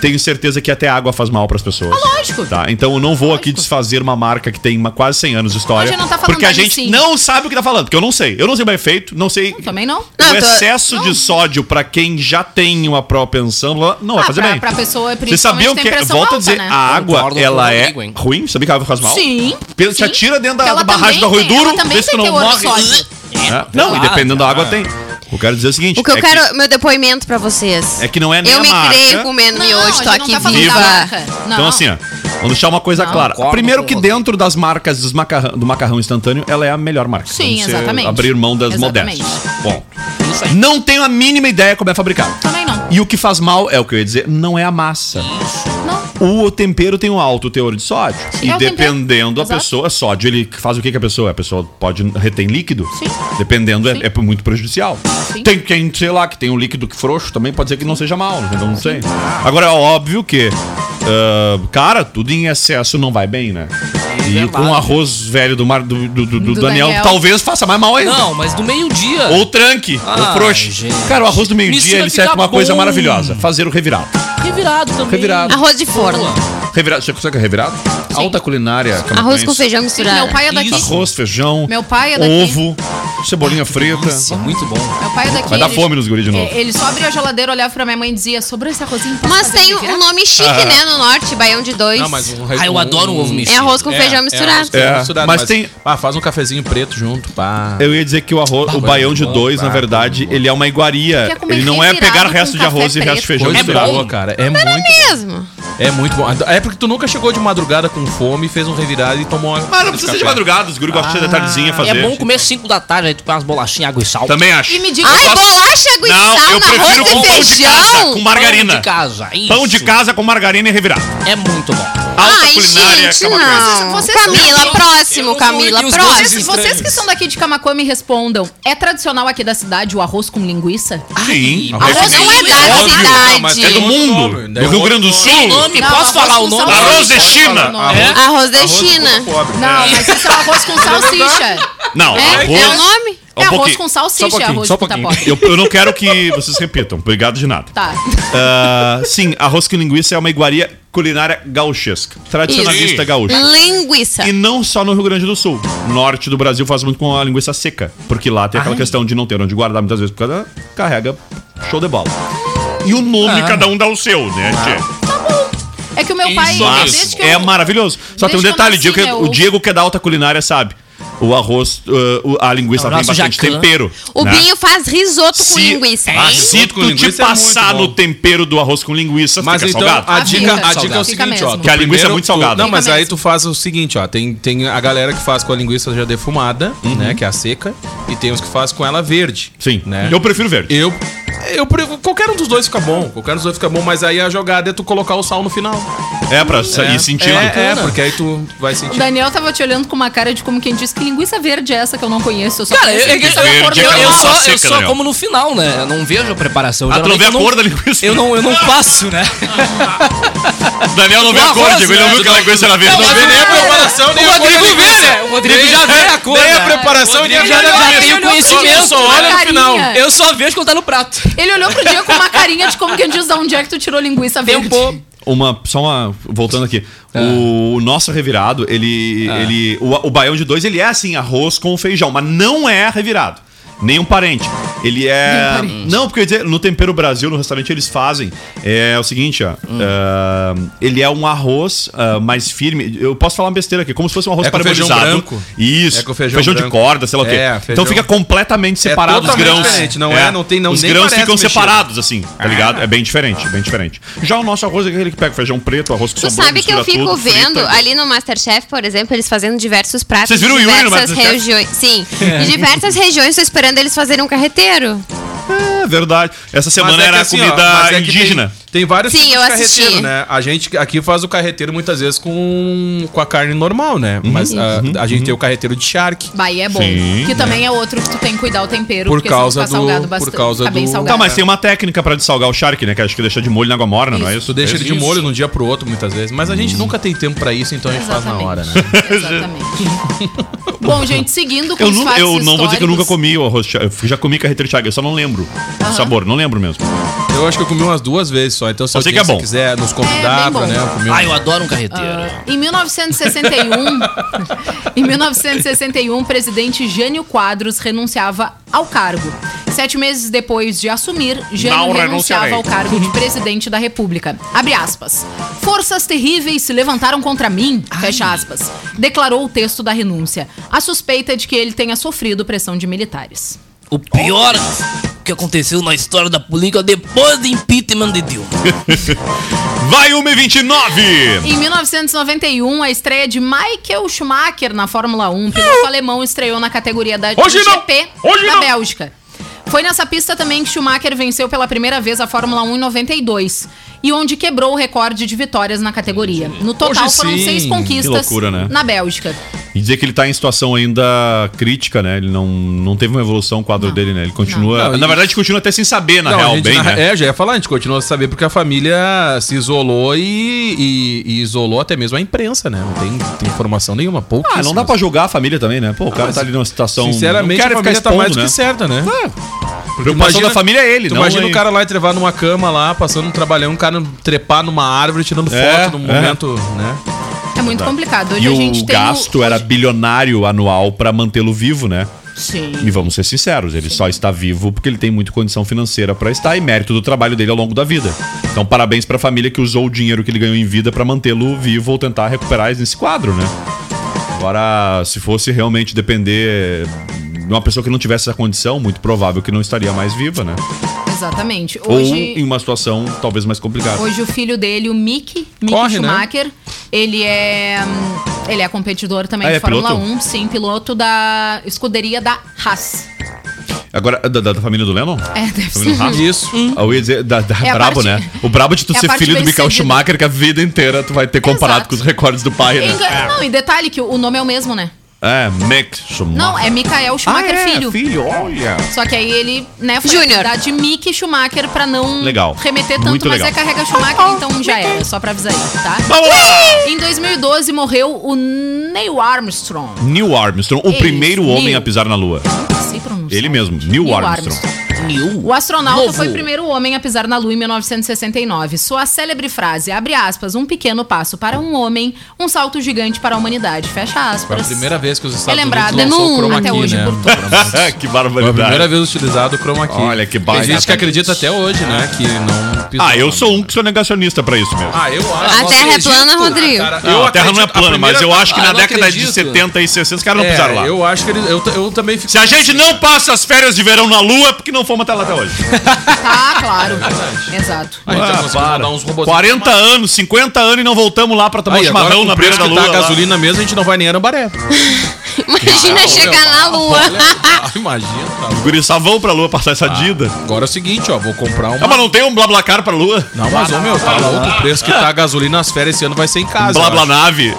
[SPEAKER 4] Tenho certeza que até água faz mal pras pessoas.
[SPEAKER 7] Ah, lógico.
[SPEAKER 4] Tá, então eu não vou aqui desfazer uma marca que tem uma, quase 100 anos de história.
[SPEAKER 7] Hoje não tá falando
[SPEAKER 4] porque a
[SPEAKER 7] da
[SPEAKER 4] gente
[SPEAKER 7] Nissin.
[SPEAKER 4] não sabe o que tá falando, porque eu não sei. Eu não sei o efeito, não sei.
[SPEAKER 7] Também não. então-
[SPEAKER 8] Não,
[SPEAKER 4] o
[SPEAKER 8] eu tô-
[SPEAKER 4] excesso
[SPEAKER 7] não.
[SPEAKER 4] de sódio pra quem já tem uma propensão lá, não vai
[SPEAKER 7] Ah,
[SPEAKER 4] fazer
[SPEAKER 7] pra-
[SPEAKER 4] bem.
[SPEAKER 7] pra pessoa,
[SPEAKER 4] Vocês
[SPEAKER 7] principalmente,
[SPEAKER 4] sabiam
[SPEAKER 7] tem
[SPEAKER 4] que, é-
[SPEAKER 7] pressão
[SPEAKER 4] volta a
[SPEAKER 7] alta,
[SPEAKER 4] dizer,
[SPEAKER 7] né?
[SPEAKER 4] a água,
[SPEAKER 5] Concordo com
[SPEAKER 4] ela
[SPEAKER 5] o
[SPEAKER 4] é
[SPEAKER 5] amigo, hein?
[SPEAKER 4] ruim? Sabia que a água faz mal?
[SPEAKER 7] Sim.
[SPEAKER 4] Pelo- te
[SPEAKER 7] sim.
[SPEAKER 4] atira dentro da,
[SPEAKER 7] Porque ela
[SPEAKER 4] da barragem do
[SPEAKER 7] também
[SPEAKER 4] Arroio
[SPEAKER 7] tem-
[SPEAKER 4] Duro,
[SPEAKER 7] ela também
[SPEAKER 4] vê se tu
[SPEAKER 7] tem
[SPEAKER 4] não
[SPEAKER 7] teor de
[SPEAKER 4] morre.
[SPEAKER 7] sódio.
[SPEAKER 4] É, não, e
[SPEAKER 5] claro. É.
[SPEAKER 4] dependendo da água tem. Eu quero dizer o seguinte.
[SPEAKER 8] O que eu
[SPEAKER 4] é
[SPEAKER 8] quero, meu depoimento pra vocês.
[SPEAKER 4] É que não é nem
[SPEAKER 8] Eu
[SPEAKER 4] a
[SPEAKER 8] me
[SPEAKER 4] marca.
[SPEAKER 8] criei comendo
[SPEAKER 7] Não, a
[SPEAKER 8] miojo,
[SPEAKER 7] gente
[SPEAKER 8] tô
[SPEAKER 7] não
[SPEAKER 8] aqui
[SPEAKER 7] tá falando da
[SPEAKER 8] viva.
[SPEAKER 7] marca. Não.
[SPEAKER 4] Então, assim, ó, vamos deixar uma coisa clara.
[SPEAKER 5] concordo
[SPEAKER 4] Primeiro
[SPEAKER 5] com
[SPEAKER 4] que
[SPEAKER 5] você.
[SPEAKER 4] dentro das marcas dos macarrão, do macarrão instantâneo, ela é a melhor marca.
[SPEAKER 7] Sim,
[SPEAKER 4] Vamos ser-
[SPEAKER 7] exatamente.
[SPEAKER 4] Abrir mão das
[SPEAKER 7] Exatamente.
[SPEAKER 4] modestas. Bom. Não tenho a mínima ideia como é fabricado.
[SPEAKER 7] Também não.
[SPEAKER 4] E o que faz mal, é o que eu ia dizer, não é a massa.
[SPEAKER 7] Não.
[SPEAKER 4] O tempero tem um alto teor de sódio.
[SPEAKER 7] Sim,
[SPEAKER 4] e
[SPEAKER 7] é o tempero.
[SPEAKER 4] dependendo da
[SPEAKER 7] Exato.
[SPEAKER 4] pessoa, sódio ele faz o que que a pessoa? A pessoa pode retém líquido.
[SPEAKER 7] Sim.
[SPEAKER 4] Dependendo, é-
[SPEAKER 7] Sim.
[SPEAKER 4] É, muito prejudicial.
[SPEAKER 7] Sim.
[SPEAKER 4] Tem quem, sei lá, que tem um líquido que frouxo também, pode ser que não seja mal, entendeu? Não sei. Agora é óbvio que. ah, cara, tudo em excesso não vai bem, né? E com arroz velho do mar do, do- do- do
[SPEAKER 7] é Do
[SPEAKER 4] Daniel,
[SPEAKER 7] Daniel.
[SPEAKER 4] talvez faça mais mal ainda.
[SPEAKER 5] Não, mas do meio-dia.
[SPEAKER 4] Ou tranque, ou
[SPEAKER 5] Ai,
[SPEAKER 4] frouxo.
[SPEAKER 5] gente.
[SPEAKER 4] Cara, o arroz do
[SPEAKER 5] Isso
[SPEAKER 4] meio-dia
[SPEAKER 5] vai
[SPEAKER 4] ele serve
[SPEAKER 5] ficar
[SPEAKER 4] pra uma coisa
[SPEAKER 5] bom.
[SPEAKER 4] maravilhosa: fazer o revirado.
[SPEAKER 5] Revirado também.
[SPEAKER 4] Revirado.
[SPEAKER 8] Arroz de forno.
[SPEAKER 4] Revirado, você consegue é revirado? Alta culinária.
[SPEAKER 8] Arroz
[SPEAKER 4] camarones.
[SPEAKER 8] com feijão misturado.
[SPEAKER 7] Meu pai é daqui.
[SPEAKER 4] Arroz, feijão,
[SPEAKER 7] Meu pai é daqui.
[SPEAKER 4] ovo, Cebolinha frita.
[SPEAKER 5] Nossa, muito bom.
[SPEAKER 7] Meu pai é daqui.
[SPEAKER 4] Vai dar
[SPEAKER 7] ele-
[SPEAKER 4] fome nos guris de novo.
[SPEAKER 7] É, Ele só abriu a geladeira, olhava pra minha mãe e dizia: Sobrou esse arrozinho. posso
[SPEAKER 8] Mas
[SPEAKER 7] fazer
[SPEAKER 8] tem
[SPEAKER 7] virar?"
[SPEAKER 8] um nome chique,
[SPEAKER 4] Ah.
[SPEAKER 8] né? No norte, baião de dois.
[SPEAKER 6] Não, mas um
[SPEAKER 5] Ah, eu adoro um ovo mexido.
[SPEAKER 8] É arroz com feijão misturado.
[SPEAKER 6] arroz com feijão
[SPEAKER 4] É,
[SPEAKER 6] misturado,
[SPEAKER 4] mas tem- É
[SPEAKER 6] Ah, faz um cafezinho preto junto, pá.
[SPEAKER 4] Eu ia dizer que o arroz, o baião de dois, na verdade, ele é uma
[SPEAKER 7] Quer
[SPEAKER 4] iguaria.
[SPEAKER 7] comer
[SPEAKER 4] Ele não é
[SPEAKER 7] refirado
[SPEAKER 4] pegar
[SPEAKER 7] com
[SPEAKER 4] resto de
[SPEAKER 7] café
[SPEAKER 4] arroz e resto de
[SPEAKER 7] preto.
[SPEAKER 4] feijão.
[SPEAKER 6] Coisa
[SPEAKER 4] misturado.
[SPEAKER 6] boa, cara. É muito bom.
[SPEAKER 8] Mesmo.
[SPEAKER 6] É muito bom. É porque tu nunca chegou de madrugada com fome, fez um revirado e tomou uma...
[SPEAKER 4] Mas Ah, não precisa ser de madrugada, os guri gostam de ser da tardezinha
[SPEAKER 5] E
[SPEAKER 4] fazer. Tá,
[SPEAKER 5] é bom comer 5 da tarde, aí tu pega umas bolachinhas, água e sal.
[SPEAKER 4] Também acho.
[SPEAKER 7] E me diga.
[SPEAKER 8] Ai, bolacha,
[SPEAKER 4] Não,
[SPEAKER 8] guisal,
[SPEAKER 4] eu prefiro com
[SPEAKER 8] arroz
[SPEAKER 4] pão
[SPEAKER 8] e
[SPEAKER 4] de casa, com
[SPEAKER 8] feijão.
[SPEAKER 4] margarina.
[SPEAKER 5] Pão de casa, isso.
[SPEAKER 4] Pão de casa com margarina e revirar.
[SPEAKER 5] É muito bom.
[SPEAKER 4] Alta
[SPEAKER 8] Ai,
[SPEAKER 4] culinária.
[SPEAKER 8] gente,
[SPEAKER 4] que é uma coisa.
[SPEAKER 8] não.
[SPEAKER 7] Vocês-
[SPEAKER 8] Camila,
[SPEAKER 7] eu-
[SPEAKER 8] próximo,
[SPEAKER 5] eu-
[SPEAKER 8] Camila,
[SPEAKER 5] eu- eu-
[SPEAKER 7] Vocês,
[SPEAKER 8] próximo.
[SPEAKER 7] vocês que são daqui de Camacuã me respondam: É tradicional aqui da cidade o arroz com linguiça?
[SPEAKER 6] Ah,
[SPEAKER 4] Sim.
[SPEAKER 5] Ai,
[SPEAKER 8] Arroz não é da
[SPEAKER 6] Óbvio. Não, mas
[SPEAKER 4] É
[SPEAKER 6] tem
[SPEAKER 4] do
[SPEAKER 8] cidade.
[SPEAKER 4] mundo. Do Rio Grande do
[SPEAKER 5] Tem
[SPEAKER 4] Sul.
[SPEAKER 5] nome,
[SPEAKER 7] Não,
[SPEAKER 5] posso
[SPEAKER 7] arroz
[SPEAKER 5] falar
[SPEAKER 7] com
[SPEAKER 5] o nome?
[SPEAKER 7] salsicha.
[SPEAKER 4] Arroz de China.
[SPEAKER 7] Não, não.
[SPEAKER 5] É?
[SPEAKER 8] Arroz de China.
[SPEAKER 7] Não, mas isso é
[SPEAKER 4] [laughs]
[SPEAKER 7] arroz com salsicha.
[SPEAKER 4] Não,
[SPEAKER 8] É, é o
[SPEAKER 4] arroz.
[SPEAKER 8] nome?
[SPEAKER 4] Um
[SPEAKER 7] É arroz
[SPEAKER 4] pouquinho.
[SPEAKER 7] com
[SPEAKER 4] Só um
[SPEAKER 7] salsicha,
[SPEAKER 4] pouquinho,
[SPEAKER 7] arroz
[SPEAKER 4] só um
[SPEAKER 7] com
[SPEAKER 4] pouquinho.
[SPEAKER 7] tapioca.
[SPEAKER 4] Eu, eu não quero que vocês repitam. Obrigado de nada.
[SPEAKER 7] Tá.
[SPEAKER 4] Ah, sim, arroz com linguiça é uma iguaria culinária gaúchesca. Tradicionalista
[SPEAKER 5] Isso.
[SPEAKER 4] gaúcha.
[SPEAKER 8] Linguiça.
[SPEAKER 4] E não só no Rio Grande do Sul. O norte do Brasil faz muito com a linguiça seca. Porque lá tem aquela questão de não ter onde guardar muitas vezes, por causa carrega show de bola. E o
[SPEAKER 7] Ah.
[SPEAKER 4] nome, cada um dá o seu, né, tchê?
[SPEAKER 7] É que o meu pai.
[SPEAKER 4] Mas
[SPEAKER 7] desde Ah. que eu-
[SPEAKER 4] é maravilhoso. Só tem um
[SPEAKER 7] desde que eu
[SPEAKER 4] detalhe,
[SPEAKER 7] nasci,
[SPEAKER 4] Diego,
[SPEAKER 7] né,
[SPEAKER 4] o
[SPEAKER 7] o-
[SPEAKER 4] Diego que é da alta culinária sabe. O arroz, uh, o- a linguiça
[SPEAKER 5] É o
[SPEAKER 4] tem
[SPEAKER 5] nosso
[SPEAKER 4] bastante
[SPEAKER 5] Jacan.
[SPEAKER 4] tempero.
[SPEAKER 8] O
[SPEAKER 4] né?
[SPEAKER 8] Binho faz risoto com
[SPEAKER 4] Se-
[SPEAKER 8] linguiça.
[SPEAKER 4] Ah, se
[SPEAKER 6] Risoto com
[SPEAKER 4] tu te
[SPEAKER 6] linguiça é muito
[SPEAKER 4] passar
[SPEAKER 6] bom.
[SPEAKER 4] no tempero do arroz com linguiça,
[SPEAKER 6] Mas
[SPEAKER 4] fica
[SPEAKER 6] então,
[SPEAKER 4] salgado.
[SPEAKER 6] a
[SPEAKER 7] Ah,
[SPEAKER 6] dica,
[SPEAKER 7] fica
[SPEAKER 6] a dica é o
[SPEAKER 7] salgado.
[SPEAKER 6] seguinte,
[SPEAKER 7] Fica
[SPEAKER 6] ó.
[SPEAKER 7] mesmo.
[SPEAKER 6] tu
[SPEAKER 4] Que a linguiça é
[SPEAKER 6] primeiro
[SPEAKER 4] muito
[SPEAKER 6] tu-
[SPEAKER 4] salgada.
[SPEAKER 6] Não, mas
[SPEAKER 7] Fica
[SPEAKER 6] aí
[SPEAKER 7] mesmo.
[SPEAKER 6] tu faz o seguinte, ó. Tem, tem a galera que faz com a linguiça já defumada, né? Que é a seca. E tem os que faz com ela verde.
[SPEAKER 4] Uhum. Sim,
[SPEAKER 6] Né?
[SPEAKER 4] eu prefiro verde.
[SPEAKER 6] Eu... Eu, prefiro- qualquer um dos dois fica bom, qualquer um dos dois fica bom, mas aí a jogada é tu colocar o sal no final.
[SPEAKER 4] É pra sa- ir sentindo.
[SPEAKER 6] É, é, porque aí tu vai
[SPEAKER 7] O
[SPEAKER 6] sentir.
[SPEAKER 7] Daniel tava te olhando com uma cara de como quem diz que linguiça verde é essa que eu não conheço. Eu só
[SPEAKER 5] Cara, eu,
[SPEAKER 7] conheço
[SPEAKER 5] eu,
[SPEAKER 7] linguiça
[SPEAKER 5] eu-
[SPEAKER 7] na
[SPEAKER 4] verde
[SPEAKER 7] forma
[SPEAKER 4] é
[SPEAKER 5] eu-
[SPEAKER 4] aquela
[SPEAKER 5] eu
[SPEAKER 7] normal.
[SPEAKER 5] só,
[SPEAKER 4] seca,
[SPEAKER 5] eu só
[SPEAKER 4] Daniel.
[SPEAKER 5] como no final, né? Eu não vejo a preparação.
[SPEAKER 4] Ah, tu não vê
[SPEAKER 5] Geralmente
[SPEAKER 4] a
[SPEAKER 5] eu
[SPEAKER 4] cor da linguiça.
[SPEAKER 5] Eu não, eu
[SPEAKER 4] [laughs]
[SPEAKER 5] não faço, né?
[SPEAKER 4] Daniel não vê a
[SPEAKER 5] Não,
[SPEAKER 4] cor,
[SPEAKER 5] é. arroz,
[SPEAKER 4] Diego. Ele não
[SPEAKER 5] né?
[SPEAKER 4] viu que a linguiça era verde.
[SPEAKER 5] Não,
[SPEAKER 4] Não
[SPEAKER 5] mas
[SPEAKER 4] vê nem a
[SPEAKER 6] preparação,
[SPEAKER 5] O Rodrigo vê, né? O Rodrigo já vê a cor.
[SPEAKER 6] Nem a
[SPEAKER 5] né?
[SPEAKER 6] preparação,
[SPEAKER 7] é,
[SPEAKER 5] O
[SPEAKER 6] nem a
[SPEAKER 5] Rodrigo já, já
[SPEAKER 6] preparação.
[SPEAKER 5] tem o conhecimento.
[SPEAKER 6] Só olha no
[SPEAKER 5] né?
[SPEAKER 6] final.
[SPEAKER 7] Carinha.
[SPEAKER 5] Eu só vejo quando tá no prato.
[SPEAKER 7] Ele olhou pro dia com uma carinha de como quem diz da onde é que tu tirou linguiça
[SPEAKER 4] um
[SPEAKER 7] verde.
[SPEAKER 5] Tempo.
[SPEAKER 4] Uma, só uma, voltando aqui.
[SPEAKER 6] Ah.
[SPEAKER 4] O nosso revirado, ele, ele o, o baião de dois, ele é assim, arroz com feijão, mas não é revirado. Nenhum parente. Ele é.
[SPEAKER 6] um
[SPEAKER 4] Não, porque eu ia dizer, no Tempero Brasil, no restaurante, eles fazem. É, o seguinte, ó.
[SPEAKER 6] Hum.
[SPEAKER 4] ah, ele é um arroz ah, mais firme. Eu posso falar uma besteira aqui, como se fosse um arroz
[SPEAKER 6] É com feijão
[SPEAKER 4] parabolizado.
[SPEAKER 6] branco.
[SPEAKER 4] Isso.
[SPEAKER 6] É com feijão
[SPEAKER 4] de
[SPEAKER 6] branco.
[SPEAKER 4] corda, sei lá o quê.
[SPEAKER 6] É,
[SPEAKER 4] Então
[SPEAKER 6] feijão- É
[SPEAKER 4] fica completamente separado os
[SPEAKER 6] totalmente
[SPEAKER 4] grãos.
[SPEAKER 6] diferente, não é? Não tem- não-
[SPEAKER 4] Os
[SPEAKER 6] nem
[SPEAKER 4] grãos
[SPEAKER 6] parece
[SPEAKER 4] ficam
[SPEAKER 6] mexido.
[SPEAKER 4] separados, assim, tá ligado? É bem diferente, bem diferente. Já o nosso arroz é aquele que pega feijão preto, arroz com
[SPEAKER 8] Tu
[SPEAKER 4] sabor,
[SPEAKER 8] sabe que eu
[SPEAKER 4] mistura
[SPEAKER 8] fico
[SPEAKER 4] tudo, frita.
[SPEAKER 8] vendo ali no Masterchef, por exemplo, eles fazendo diversos pratos.
[SPEAKER 4] Vocês viram o
[SPEAKER 8] de
[SPEAKER 4] Yuri no
[SPEAKER 8] diversas
[SPEAKER 4] MasterChef?
[SPEAKER 8] regiões.
[SPEAKER 4] [laughs]
[SPEAKER 8] Sim. De diversas regiões, tô esperando eles fazerem um carreteiro.
[SPEAKER 4] É verdade. Essa
[SPEAKER 6] Mas
[SPEAKER 4] semana
[SPEAKER 6] é que
[SPEAKER 4] era
[SPEAKER 6] assim, ó,
[SPEAKER 4] comida
[SPEAKER 6] mas é que
[SPEAKER 4] indígena.
[SPEAKER 6] Tem, tem vários
[SPEAKER 8] Sim,
[SPEAKER 6] tipos
[SPEAKER 8] eu
[SPEAKER 6] de
[SPEAKER 8] assisti.
[SPEAKER 6] carreteiro, né? A gente aqui faz o carreteiro muitas vezes com, com a carne normal, né?
[SPEAKER 4] Uhum.
[SPEAKER 6] Mas a, a gente tem o carreteiro de charque.
[SPEAKER 7] Bahia é bom.
[SPEAKER 4] Sim,
[SPEAKER 7] que também é outro que tu tem que cuidar o tempero.
[SPEAKER 6] né? Por
[SPEAKER 7] porque senão
[SPEAKER 6] causa
[SPEAKER 7] fica
[SPEAKER 6] do-
[SPEAKER 7] salgado
[SPEAKER 6] por
[SPEAKER 7] bastante,
[SPEAKER 6] causa
[SPEAKER 7] fica bem
[SPEAKER 6] do-
[SPEAKER 7] salgado.
[SPEAKER 4] Não, Tá, mas tem uma técnica pra dessalgar o charque, né? Que acho que deixa de molho na água morna, não é isso?
[SPEAKER 6] Tu deixa ele de
[SPEAKER 4] Isso.
[SPEAKER 6] molho de um dia pro outro muitas vezes, mas a
[SPEAKER 4] Uhum.
[SPEAKER 6] gente nunca tem tempo pra isso, então a gente faz na hora, né? [laughs]
[SPEAKER 7] Exatamente. bom, gente, seguindo com
[SPEAKER 4] Eu,
[SPEAKER 7] os
[SPEAKER 4] nu-
[SPEAKER 7] fatos
[SPEAKER 4] eu não vou dizer que eu nunca
[SPEAKER 7] históricos.
[SPEAKER 4] comi o arroz de charque. Eu já comi carreteiro de charque, eu só não lembro o sabor, não lembro mesmo.
[SPEAKER 6] Eu acho que eu comi umas duas vezes só, então se
[SPEAKER 4] Eu sei que é
[SPEAKER 6] alguém
[SPEAKER 4] bom.
[SPEAKER 6] quiser nos
[SPEAKER 7] É,
[SPEAKER 6] convidar
[SPEAKER 7] bem
[SPEAKER 6] pra,
[SPEAKER 7] bom.
[SPEAKER 6] né, comer um-
[SPEAKER 5] Ah, eu adoro um carreteiro.
[SPEAKER 7] Em 1961, em 1961, o um, presidente Jânio Quadros renunciava ao cargo. Sete meses depois de assumir, Jânio
[SPEAKER 4] Não renunciarei.
[SPEAKER 7] renunciava ao cargo de presidente da República. Abre aspas. Forças terríveis se levantaram contra mim, fecha aspas. Declarou o texto da renúncia. A suspeita de que ele tenha sofrido pressão de militares.
[SPEAKER 5] O pior que aconteceu na história da política depois do impeachment de Dilma.
[SPEAKER 4] Vai 1h29!
[SPEAKER 7] Em 1991, a estreia de Michael Schumacher na Fórmula 1, piloto alemão, estreou na categoria da
[SPEAKER 6] Hoje
[SPEAKER 7] do
[SPEAKER 6] não!
[SPEAKER 7] GP
[SPEAKER 6] Hoje
[SPEAKER 7] da
[SPEAKER 6] não!
[SPEAKER 7] Bélgica. Foi nessa pista também que Schumacher venceu pela primeira vez a Fórmula 1 em 92 e onde quebrou o recorde de vitórias na categoria. No total
[SPEAKER 6] Hoje
[SPEAKER 7] foram
[SPEAKER 6] sim.
[SPEAKER 7] seis
[SPEAKER 6] Que
[SPEAKER 7] conquistas
[SPEAKER 4] loucura, né?
[SPEAKER 7] na Bélgica.
[SPEAKER 4] E dizer que ele tá em situação ainda crítica, né? Ele não, não teve uma evolução o quadro dele, né? Ele continua.
[SPEAKER 6] Não, e-
[SPEAKER 4] na verdade, continua até sem saber, na
[SPEAKER 6] Não, a
[SPEAKER 4] real,
[SPEAKER 6] gente
[SPEAKER 4] bem,
[SPEAKER 6] na-
[SPEAKER 4] né?
[SPEAKER 6] É, já ia falar, a gente continua a saber porque a família se isolou e, e- e isolou até mesmo a imprensa, né? Não tem, tem informação nenhuma, pouco.
[SPEAKER 4] Ah, não dá pra julgar a família também, né? Pô, o cara tá ali numa situação.
[SPEAKER 6] Ah, Sinceramente,
[SPEAKER 4] não
[SPEAKER 6] a
[SPEAKER 4] quer
[SPEAKER 6] família tá mais do
[SPEAKER 4] né?
[SPEAKER 6] que certa, né?
[SPEAKER 4] A preocupação da família é ele,
[SPEAKER 6] tu
[SPEAKER 4] não
[SPEAKER 6] Imagina
[SPEAKER 4] é-
[SPEAKER 6] o cara lá entrevar numa um cama lá, passando um trabalhão, um cara trepar numa árvore, tirando
[SPEAKER 4] É,
[SPEAKER 6] foto no
[SPEAKER 4] é.
[SPEAKER 6] momento, né?
[SPEAKER 7] É muito complicado. Hoje
[SPEAKER 4] E
[SPEAKER 7] a gente
[SPEAKER 4] o
[SPEAKER 7] tem. o-
[SPEAKER 4] gasto era bilionário anual pra mantê-lo vivo, né?
[SPEAKER 7] Sim.
[SPEAKER 4] E vamos ser sinceros, ele só está vivo porque ele tem muita condição financeira pra estar e mérito do trabalho dele ao longo da vida. Então, parabéns pra família que usou o dinheiro que ele ganhou em vida pra mantê-lo vivo ou tentar recuperar esse quadro, né? Agora, se fosse realmente depender de uma pessoa que não tivesse essa condição, muito provável que não estaria mais viva, né?
[SPEAKER 7] Exatamente.
[SPEAKER 4] Ou
[SPEAKER 7] Hoje.
[SPEAKER 4] em uma situação talvez mais complicada.
[SPEAKER 7] Hoje o filho dele, o Mick, Mick
[SPEAKER 4] Corre, né?
[SPEAKER 7] Schumacher, ele é hum, ele é competidor também
[SPEAKER 4] Ah,
[SPEAKER 7] de
[SPEAKER 4] é
[SPEAKER 7] Fórmula
[SPEAKER 4] piloto?
[SPEAKER 7] 1, sim, piloto da escuderia da Haas.
[SPEAKER 4] Agora, da, da- da família do Lennon?
[SPEAKER 7] É, deve
[SPEAKER 4] Família
[SPEAKER 7] ser.
[SPEAKER 4] do Haas?
[SPEAKER 7] Isso. Hum.
[SPEAKER 4] Ah, Eu ia dizer, da, da-
[SPEAKER 7] É a
[SPEAKER 4] brabo,
[SPEAKER 7] parte-
[SPEAKER 4] né? O brabo de tu
[SPEAKER 7] É a
[SPEAKER 4] ser
[SPEAKER 7] parte
[SPEAKER 4] filho do
[SPEAKER 7] bem
[SPEAKER 4] Michael
[SPEAKER 7] cedida.
[SPEAKER 4] Schumacher, que a vida inteira tu vai ter comparado com os recordes do pai, né?
[SPEAKER 7] Engan- Não, e detalhe que o nome é o mesmo, né?
[SPEAKER 4] É, Mick Schumacher.
[SPEAKER 7] Não, é Michael Schumacher
[SPEAKER 4] Ah, é,
[SPEAKER 7] filho.
[SPEAKER 4] filho, olha.
[SPEAKER 7] Só que aí ele, né, foi apelidado de Mick Schumacher pra não
[SPEAKER 4] Legal.
[SPEAKER 7] remeter tanto,
[SPEAKER 4] Muito
[SPEAKER 7] mas
[SPEAKER 4] legal.
[SPEAKER 7] é carrega Schumacher, então já era, só pra avisar aí, tá?
[SPEAKER 4] Vamos lá!
[SPEAKER 7] Em 2012 morreu o Neil Armstrong.
[SPEAKER 4] Neil Armstrong, o
[SPEAKER 7] Ele,
[SPEAKER 4] primeiro
[SPEAKER 7] Neil.
[SPEAKER 4] homem a pisar na lua.
[SPEAKER 7] Sei pronunciar.
[SPEAKER 4] Ele mesmo, Neil,
[SPEAKER 7] Neil
[SPEAKER 4] Armstrong.
[SPEAKER 7] O astronauta
[SPEAKER 4] Novo.
[SPEAKER 7] foi o primeiro homem a pisar na Lua em 1969. Sua célebre frase, abre aspas, um pequeno passo para um homem, um salto gigante para a humanidade, fecha
[SPEAKER 6] Foi a
[SPEAKER 7] aspas.
[SPEAKER 6] primeira vez que os Estados
[SPEAKER 7] É lembrado,
[SPEAKER 6] Unidos lançou
[SPEAKER 7] é
[SPEAKER 6] o
[SPEAKER 7] num,
[SPEAKER 6] chroma
[SPEAKER 7] até
[SPEAKER 6] key,
[SPEAKER 7] hoje,
[SPEAKER 6] né?
[SPEAKER 7] por
[SPEAKER 4] [laughs] que barbaridade.
[SPEAKER 6] Foi a primeira vez utilizado o chroma key.
[SPEAKER 4] Olha, que baita.
[SPEAKER 6] Tem gente que acredita até hoje, né? Que não pisou.
[SPEAKER 4] Ah, eu sou um que sou negacionista pra isso mesmo.
[SPEAKER 6] Ah, eu
[SPEAKER 8] A terra é plana, Rodrigo.
[SPEAKER 4] Não, a Terra não é plana, mas eu acho que na década de 70 e 60 os caras não
[SPEAKER 6] Ah, É,
[SPEAKER 4] pisaram lá.
[SPEAKER 6] eu acho que eles, eu, t- eu também fico...
[SPEAKER 4] Se a gente não passa as férias de verão na lua, é porque não fomos até lá até hoje.
[SPEAKER 7] Tá,
[SPEAKER 4] [laughs] É
[SPEAKER 7] claro. Exato.
[SPEAKER 6] A gente tá
[SPEAKER 4] Ah,
[SPEAKER 6] conseguindo
[SPEAKER 4] para.
[SPEAKER 6] mandar uns robozinhos
[SPEAKER 4] 40 anos, 50 anos e não voltamos lá pra tomar um
[SPEAKER 6] Aí, agora
[SPEAKER 4] chimarrão
[SPEAKER 6] com
[SPEAKER 4] na
[SPEAKER 6] o preço
[SPEAKER 4] beira da
[SPEAKER 6] que
[SPEAKER 4] lua.
[SPEAKER 6] tá a
[SPEAKER 4] lá.
[SPEAKER 6] gasolina mesmo, a gente não vai nem a Arambaré.
[SPEAKER 8] Imagina chegar na lua.
[SPEAKER 6] Ah, [laughs] Imagina. tá.
[SPEAKER 4] Os guris só vão pra lua passar essa dida.
[SPEAKER 6] Agora é o seguinte, ó, vou comprar
[SPEAKER 4] Ah,
[SPEAKER 6] uma...
[SPEAKER 4] mas não tem um blablacar pra lua?
[SPEAKER 6] Não, mas, ô, meu, tá louco. O preço que tá a gasolina nas férias esse ano vai ser em casa.
[SPEAKER 4] Ah. Blá
[SPEAKER 6] eu
[SPEAKER 4] blá
[SPEAKER 6] acho.
[SPEAKER 4] nave.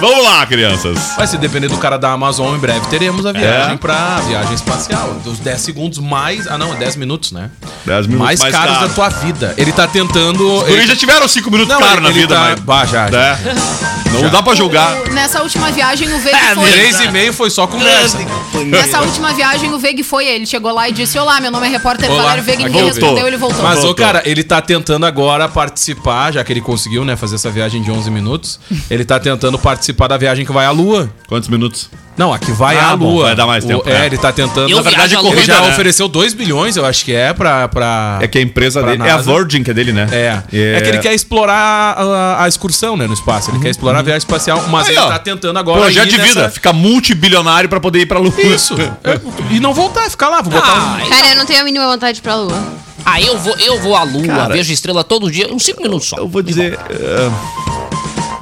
[SPEAKER 4] Vamos lá, crianças.
[SPEAKER 6] Mas se depender do cara da Amazon, em breve teremos a viagem
[SPEAKER 4] É.
[SPEAKER 6] pra viagem espacial. Dos 10 segundos mais... Ah, não, é 10 minutos, né?
[SPEAKER 4] 10 minutos
[SPEAKER 6] mais, caros
[SPEAKER 4] caro.
[SPEAKER 6] da tua vida. Ele tá tentando...
[SPEAKER 4] Os guris já tiveram 5 minutos
[SPEAKER 6] Não,
[SPEAKER 4] caros
[SPEAKER 6] ele-
[SPEAKER 4] na
[SPEAKER 6] ele
[SPEAKER 4] vida,
[SPEAKER 6] tá-
[SPEAKER 4] mas.
[SPEAKER 6] Bah, já, já.
[SPEAKER 4] É. Não dá pra julgar.
[SPEAKER 7] O- Nessa última viagem, o Veg É,
[SPEAKER 4] É,
[SPEAKER 7] foi.
[SPEAKER 6] Três e meio foi só conversa.
[SPEAKER 7] Nessa última viagem, o Veg foi. Ele chegou lá e disse: Olá, meu nome é repórter
[SPEAKER 6] Olá,
[SPEAKER 7] Valério Veg. Ninguém
[SPEAKER 4] voltou.
[SPEAKER 7] respondeu, ele voltou.
[SPEAKER 6] Mas, ô,
[SPEAKER 4] Voltou.
[SPEAKER 6] cara, ele tá tentando agora participar, já que ele conseguiu, né, fazer essa viagem de 11 minutos. ele tá tentando participar da viagem que vai à Lua.
[SPEAKER 4] Quantos minutos?
[SPEAKER 6] Não, a que vai
[SPEAKER 4] Ah,
[SPEAKER 6] à
[SPEAKER 4] bom,
[SPEAKER 6] Lua.
[SPEAKER 4] vai dar mais
[SPEAKER 6] O-
[SPEAKER 4] tempo,
[SPEAKER 6] é,
[SPEAKER 4] é.
[SPEAKER 6] ele tá tentando.
[SPEAKER 5] Eu
[SPEAKER 6] na verdade,
[SPEAKER 5] viajo à
[SPEAKER 6] ele
[SPEAKER 5] Lua.
[SPEAKER 6] já
[SPEAKER 4] né?
[SPEAKER 6] ofereceu 2 bilhões, eu acho que é, pra. pra...
[SPEAKER 4] É que a empresa
[SPEAKER 6] Pra
[SPEAKER 4] dele. É a
[SPEAKER 6] NASA.
[SPEAKER 4] Virgin que é dele, né?
[SPEAKER 6] É. É que ele quer explorar a, a excursão, né, no espaço. Ele quer explorar a viagem espacial, mas
[SPEAKER 4] Aí,
[SPEAKER 6] ele
[SPEAKER 4] ó.
[SPEAKER 6] tá tentando agora.
[SPEAKER 4] Projeto
[SPEAKER 6] ir
[SPEAKER 4] de vida.
[SPEAKER 6] nessa-
[SPEAKER 4] Ficar multibilionário pra poder ir pra lua.
[SPEAKER 6] Isso. É, e não voltar, ficar lá, vou botar
[SPEAKER 5] Ah,
[SPEAKER 6] um.
[SPEAKER 8] Cara, eu não tenho a mínima vontade pra lua.
[SPEAKER 5] Aí Ah, eu vou, eu vou à lua,
[SPEAKER 4] Cara,
[SPEAKER 5] vejo estrela todo dia, uns 5 minutos só.
[SPEAKER 4] Eu vou dizer. eh,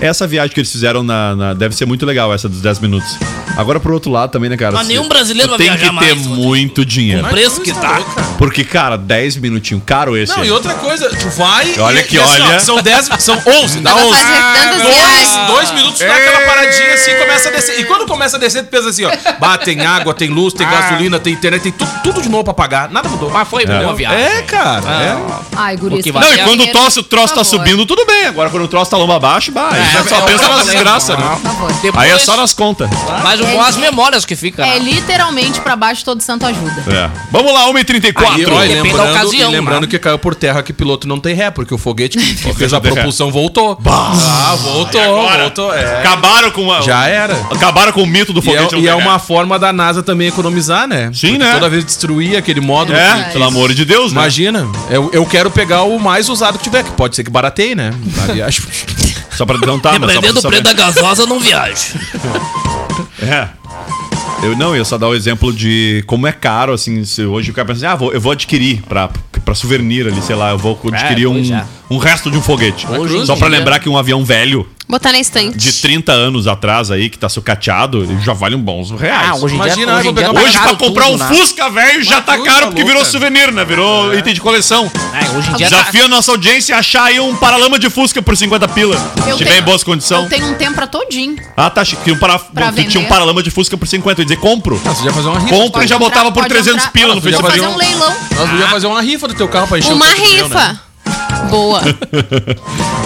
[SPEAKER 4] essa viagem que eles fizeram na, na- Deve ser muito legal, essa dos 10 minutos. Agora, pro outro lado também, né, cara?
[SPEAKER 5] Mas
[SPEAKER 4] se-
[SPEAKER 5] nenhum brasileiro vai
[SPEAKER 4] Tem que
[SPEAKER 5] viajar
[SPEAKER 4] ter
[SPEAKER 5] mais, Rodrigo.
[SPEAKER 4] muito dinheiro.
[SPEAKER 6] um-
[SPEAKER 5] O preço que
[SPEAKER 6] é
[SPEAKER 5] tá.
[SPEAKER 4] Porque, cara, 10 minutinhos. Caro esse.
[SPEAKER 6] Não,
[SPEAKER 4] hein?
[SPEAKER 6] e outra coisa, tu vai.
[SPEAKER 4] Olha
[SPEAKER 6] e-
[SPEAKER 4] que
[SPEAKER 6] e assim,
[SPEAKER 4] olha.
[SPEAKER 6] ó, são 10, são 11, dá
[SPEAKER 8] Dá pra
[SPEAKER 6] 11.
[SPEAKER 8] fazer tantas
[SPEAKER 6] dois,
[SPEAKER 8] viagens.
[SPEAKER 6] dois minutos dá aquela paradinha assim, começa a descer. E quando começa a descer, tu pensa assim, ó. Bah, tem água, tem luz, tem gasolina, tem internet, tem tudo, tudo de novo pra pagar. Nada mudou.
[SPEAKER 5] Mas foi boa a viagem.
[SPEAKER 6] É, cara.
[SPEAKER 8] Ah.
[SPEAKER 6] é.
[SPEAKER 7] Ai, guris.
[SPEAKER 5] O que
[SPEAKER 7] tá
[SPEAKER 5] vai-
[SPEAKER 4] Não, e
[SPEAKER 5] É,
[SPEAKER 4] quando o
[SPEAKER 7] dinheiro,
[SPEAKER 4] troço, o troço tá
[SPEAKER 7] por favor.
[SPEAKER 4] subindo, tudo bem. Agora, quando o troço tá lomba abaixo, bah, aí já só
[SPEAKER 5] é
[SPEAKER 4] pensa
[SPEAKER 5] outra
[SPEAKER 4] nas
[SPEAKER 5] coisa.
[SPEAKER 4] desgraças, né?
[SPEAKER 7] Por favor.
[SPEAKER 5] Depois,
[SPEAKER 4] Aí é só nas contas.
[SPEAKER 5] Mas
[SPEAKER 7] É
[SPEAKER 5] boas as memórias que
[SPEAKER 4] Tá.
[SPEAKER 5] fica. né?
[SPEAKER 7] É literalmente pra baixo, todo santo ajuda.
[SPEAKER 4] É. Vamos lá,
[SPEAKER 6] Aí, ó, e
[SPEAKER 4] 1h34.
[SPEAKER 5] Depende da
[SPEAKER 6] lembrando,
[SPEAKER 5] ocasião,
[SPEAKER 6] e lembrando
[SPEAKER 5] né?
[SPEAKER 6] que caiu por terra que piloto não tem ré, porque o foguete [laughs] que fez a
[SPEAKER 4] tem ré.
[SPEAKER 6] propulsão voltou. Ah, voltou,
[SPEAKER 4] agora?
[SPEAKER 6] voltou. É.
[SPEAKER 4] Acabaram com a-
[SPEAKER 6] Já era.
[SPEAKER 4] Acabaram com é. o mito do
[SPEAKER 6] E é,
[SPEAKER 4] foguete.
[SPEAKER 6] e é
[SPEAKER 4] nuclear.
[SPEAKER 6] uma forma da NASA também economizar, né?
[SPEAKER 4] Sim, né?
[SPEAKER 6] Toda vez destruir aquele módulo. que-
[SPEAKER 4] É,
[SPEAKER 6] que-
[SPEAKER 4] pelo amor de Deus, né?
[SPEAKER 6] Imagina, eu, eu quero pegar o mais usado que tiver, que pode ser que barateie, né?
[SPEAKER 4] [laughs]
[SPEAKER 6] A viagem.
[SPEAKER 4] Só pra não tá, mas só pra
[SPEAKER 5] Dependendo do
[SPEAKER 4] saber.
[SPEAKER 5] preço da gasosa, eu não viajo.
[SPEAKER 4] [laughs] É. Eu não, eu ia só dar o exemplo de como é caro, assim, se hoje o cara pensa assim, ah, vou- eu vou adquirir pra, pra souvenir ali, sei lá, eu vou adquirir
[SPEAKER 5] pois
[SPEAKER 4] um,
[SPEAKER 5] é.
[SPEAKER 4] um resto de um foguete.
[SPEAKER 5] Hoje
[SPEAKER 4] só
[SPEAKER 5] em
[SPEAKER 4] pra
[SPEAKER 5] dia-
[SPEAKER 4] lembrar que um avião velho
[SPEAKER 8] Botar na estante.
[SPEAKER 4] de 30 anos atrás aí, que tá sucateado, ele já vale um bons
[SPEAKER 5] Ah,
[SPEAKER 4] reais. hoje,
[SPEAKER 6] em dia- Imagina, hoje em dia tá
[SPEAKER 4] pra comprar
[SPEAKER 5] né?
[SPEAKER 4] um Fusca velho já tá
[SPEAKER 6] coisa
[SPEAKER 4] caro porque virou
[SPEAKER 6] louca.
[SPEAKER 4] souvenir, né? Virou item de coleção.
[SPEAKER 5] hoje em dia tá...
[SPEAKER 4] Desafio a nossa audiência a achar aí um paralama de Fusca por 50 pila. Se
[SPEAKER 7] Eu
[SPEAKER 4] tiver
[SPEAKER 7] tenho-
[SPEAKER 4] É. em boas condições.
[SPEAKER 7] Eu tenho um tempo pra todinho.
[SPEAKER 4] Ah, tá, Chico, tinha um, para...
[SPEAKER 7] Pra
[SPEAKER 4] tu tinha um
[SPEAKER 7] vender.
[SPEAKER 4] paralama de Fusca por 50, eu ia dizer, compro.
[SPEAKER 6] Ah, você já fazer uma rifa.
[SPEAKER 4] Compra e já
[SPEAKER 7] Pode
[SPEAKER 4] botava
[SPEAKER 7] entrar,
[SPEAKER 4] por
[SPEAKER 7] pode
[SPEAKER 4] 300
[SPEAKER 7] entrar.
[SPEAKER 4] pila no
[SPEAKER 6] Podia
[SPEAKER 7] Vou
[SPEAKER 4] Facebook.
[SPEAKER 7] fazer
[SPEAKER 6] fazer
[SPEAKER 7] um
[SPEAKER 6] um-
[SPEAKER 7] leilão.
[SPEAKER 6] Nós
[SPEAKER 4] ah.
[SPEAKER 6] podíamos fazer uma rifa do teu carro pra encher
[SPEAKER 8] Uma
[SPEAKER 6] o tanque de pneu, né?
[SPEAKER 8] rifa. Boa.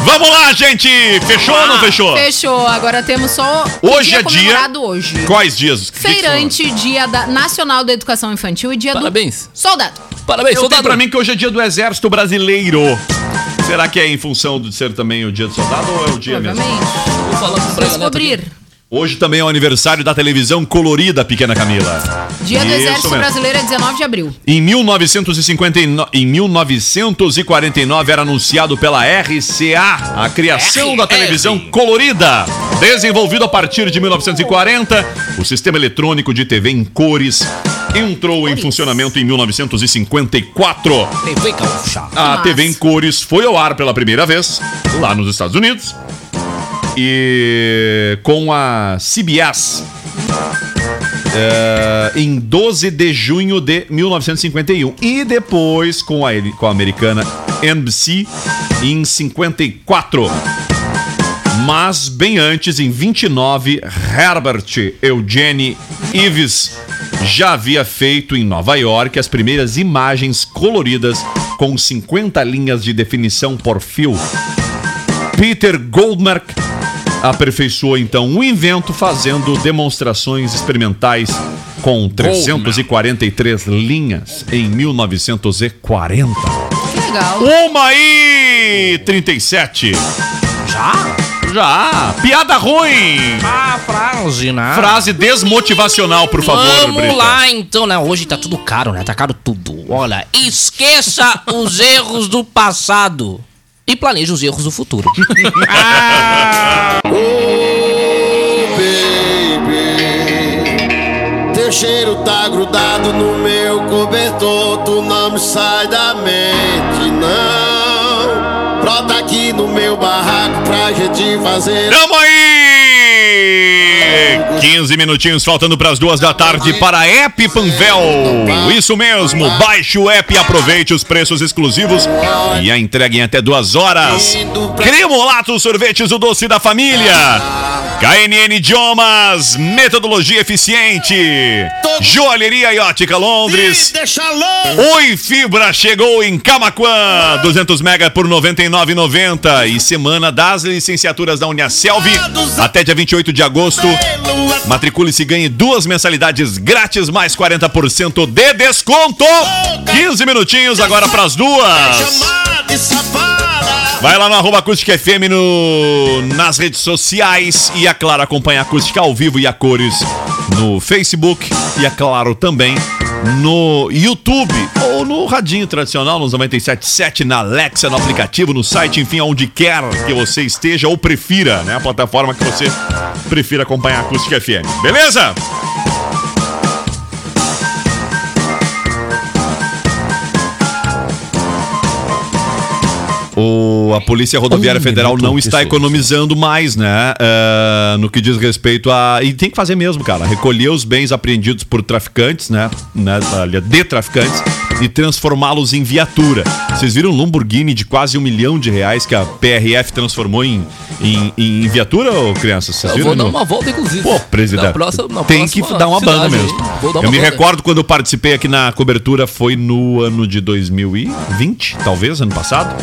[SPEAKER 4] Vamos lá, gente! Fechou ou não [laughs] fechou?
[SPEAKER 7] Fechou. Agora temos só o
[SPEAKER 4] Hoje é dia-
[SPEAKER 7] comemorado hoje.
[SPEAKER 4] Quais dias? Que que
[SPEAKER 7] Feirante, dia da- nacional da educação infantil e dia
[SPEAKER 5] Parabéns.
[SPEAKER 7] do soldado.
[SPEAKER 5] tá- Parabéns,
[SPEAKER 4] são? Eu
[SPEAKER 5] soldado.
[SPEAKER 4] tenho pra mim que hoje é dia do Exército Brasileiro. Será que é em função de ser também o dia do soldado ou é o dia mesmo?
[SPEAKER 7] Provavelmente.
[SPEAKER 5] Vou falar com o Braga Neto aqui.
[SPEAKER 7] Descobrir.
[SPEAKER 4] Hoje também é o aniversário da televisão colorida, pequena Camila.
[SPEAKER 7] Dia do
[SPEAKER 4] Isso
[SPEAKER 7] Exército
[SPEAKER 4] mesmo.
[SPEAKER 7] Brasileiro é 19 de abril.
[SPEAKER 4] Em 1959, em 1949 era anunciado pela RCA a criação da televisão colorida. Desenvolvido a partir de 1940, o sistema eletrônico de TV em cores entrou em funcionamento em 1954.
[SPEAKER 5] TV Gaúcha.
[SPEAKER 4] A
[SPEAKER 7] Massa.
[SPEAKER 4] TV em cores foi ao ar pela primeira vez lá nos Estados Unidos e com a CBS eh, em 12 de junho de 1951 e depois com a, com a americana NBC em 54. Mas bem antes, em 29, Herbert Eugene Ives já havia feito em Nova York as primeiras imagens coloridas com 50 linhas de definição por fio. Peter Goldmark aperfeiçoou então o invento fazendo demonstrações experimentais com 343 linhas em 1940.
[SPEAKER 7] Que legal.
[SPEAKER 4] Uma e 37. Já? Já. Piada ruim.
[SPEAKER 5] Ah, frase, né?
[SPEAKER 4] Frase desmotivacional, por favor,
[SPEAKER 5] Vamos
[SPEAKER 4] Brita.
[SPEAKER 5] lá então, né? Hoje tá tudo caro, né? Tá caro tudo. Olha, esqueça os erros do passado e planeje os erros do futuro.
[SPEAKER 1] Teu cheiro tá grudado no meu cobertor, tu não me sai da mente, não. Brota aqui no meu barraco pra gente fazer.
[SPEAKER 4] Tamo aí! 15 minutinhos faltando pras duas da tarde para a App Panvel. Isso mesmo, baixe o app e aproveite os preços exclusivos e a entrega em até duas horas. Cremolato Sorvetes, o doce da família. KNN Idiomas, metodologia eficiente. Joalheria e ótica Londres.
[SPEAKER 1] Deixa louco!
[SPEAKER 4] Oi Fibra chegou em Camaquã, 200 mega por 99,90 e semana das licenciaturas da Uniaselv até dia 28 de agosto. Matricule-se e ganhe duas mensalidades grátis mais 40% de desconto. 15 minutinhos agora pras duas.
[SPEAKER 1] Chamada e safada!
[SPEAKER 4] Vai lá no arroba acústica FM no- nas redes sociais e, é claro, acompanha a acústica ao vivo e a cores no Facebook e, é claro, também no YouTube ou no radinho tradicional, nos 97.7, na Alexa, no aplicativo, no site, enfim, aonde quer que você esteja ou prefira, né? A plataforma que você prefira acompanhar a acústica FM. Beleza? O, a Polícia Rodoviária Federal não está economizando mais, né? Ah, no que diz respeito a. E tem que fazer mesmo, cara. Recolher os bens apreendidos por traficantes, né? né olha, de traficantes e transformá-los em viatura. Vocês viram o Lamborghini de quase um milhão de reais que a PRF transformou em, em, em viatura, ô crianças? Vocês
[SPEAKER 5] Eu
[SPEAKER 4] viram?
[SPEAKER 5] vou dar
[SPEAKER 4] no-
[SPEAKER 5] Tá uma volta, inclusive.
[SPEAKER 4] Pô, presidente,
[SPEAKER 5] Na próxima- na
[SPEAKER 4] tem que
[SPEAKER 5] próxima
[SPEAKER 4] dar uma banda
[SPEAKER 5] cidade aí.
[SPEAKER 4] mesmo.
[SPEAKER 5] Vou dar
[SPEAKER 4] eu
[SPEAKER 5] uma
[SPEAKER 4] me
[SPEAKER 5] banda.
[SPEAKER 4] recordo quando eu participei aqui na cobertura, foi no ano de 2020, talvez, ano passado,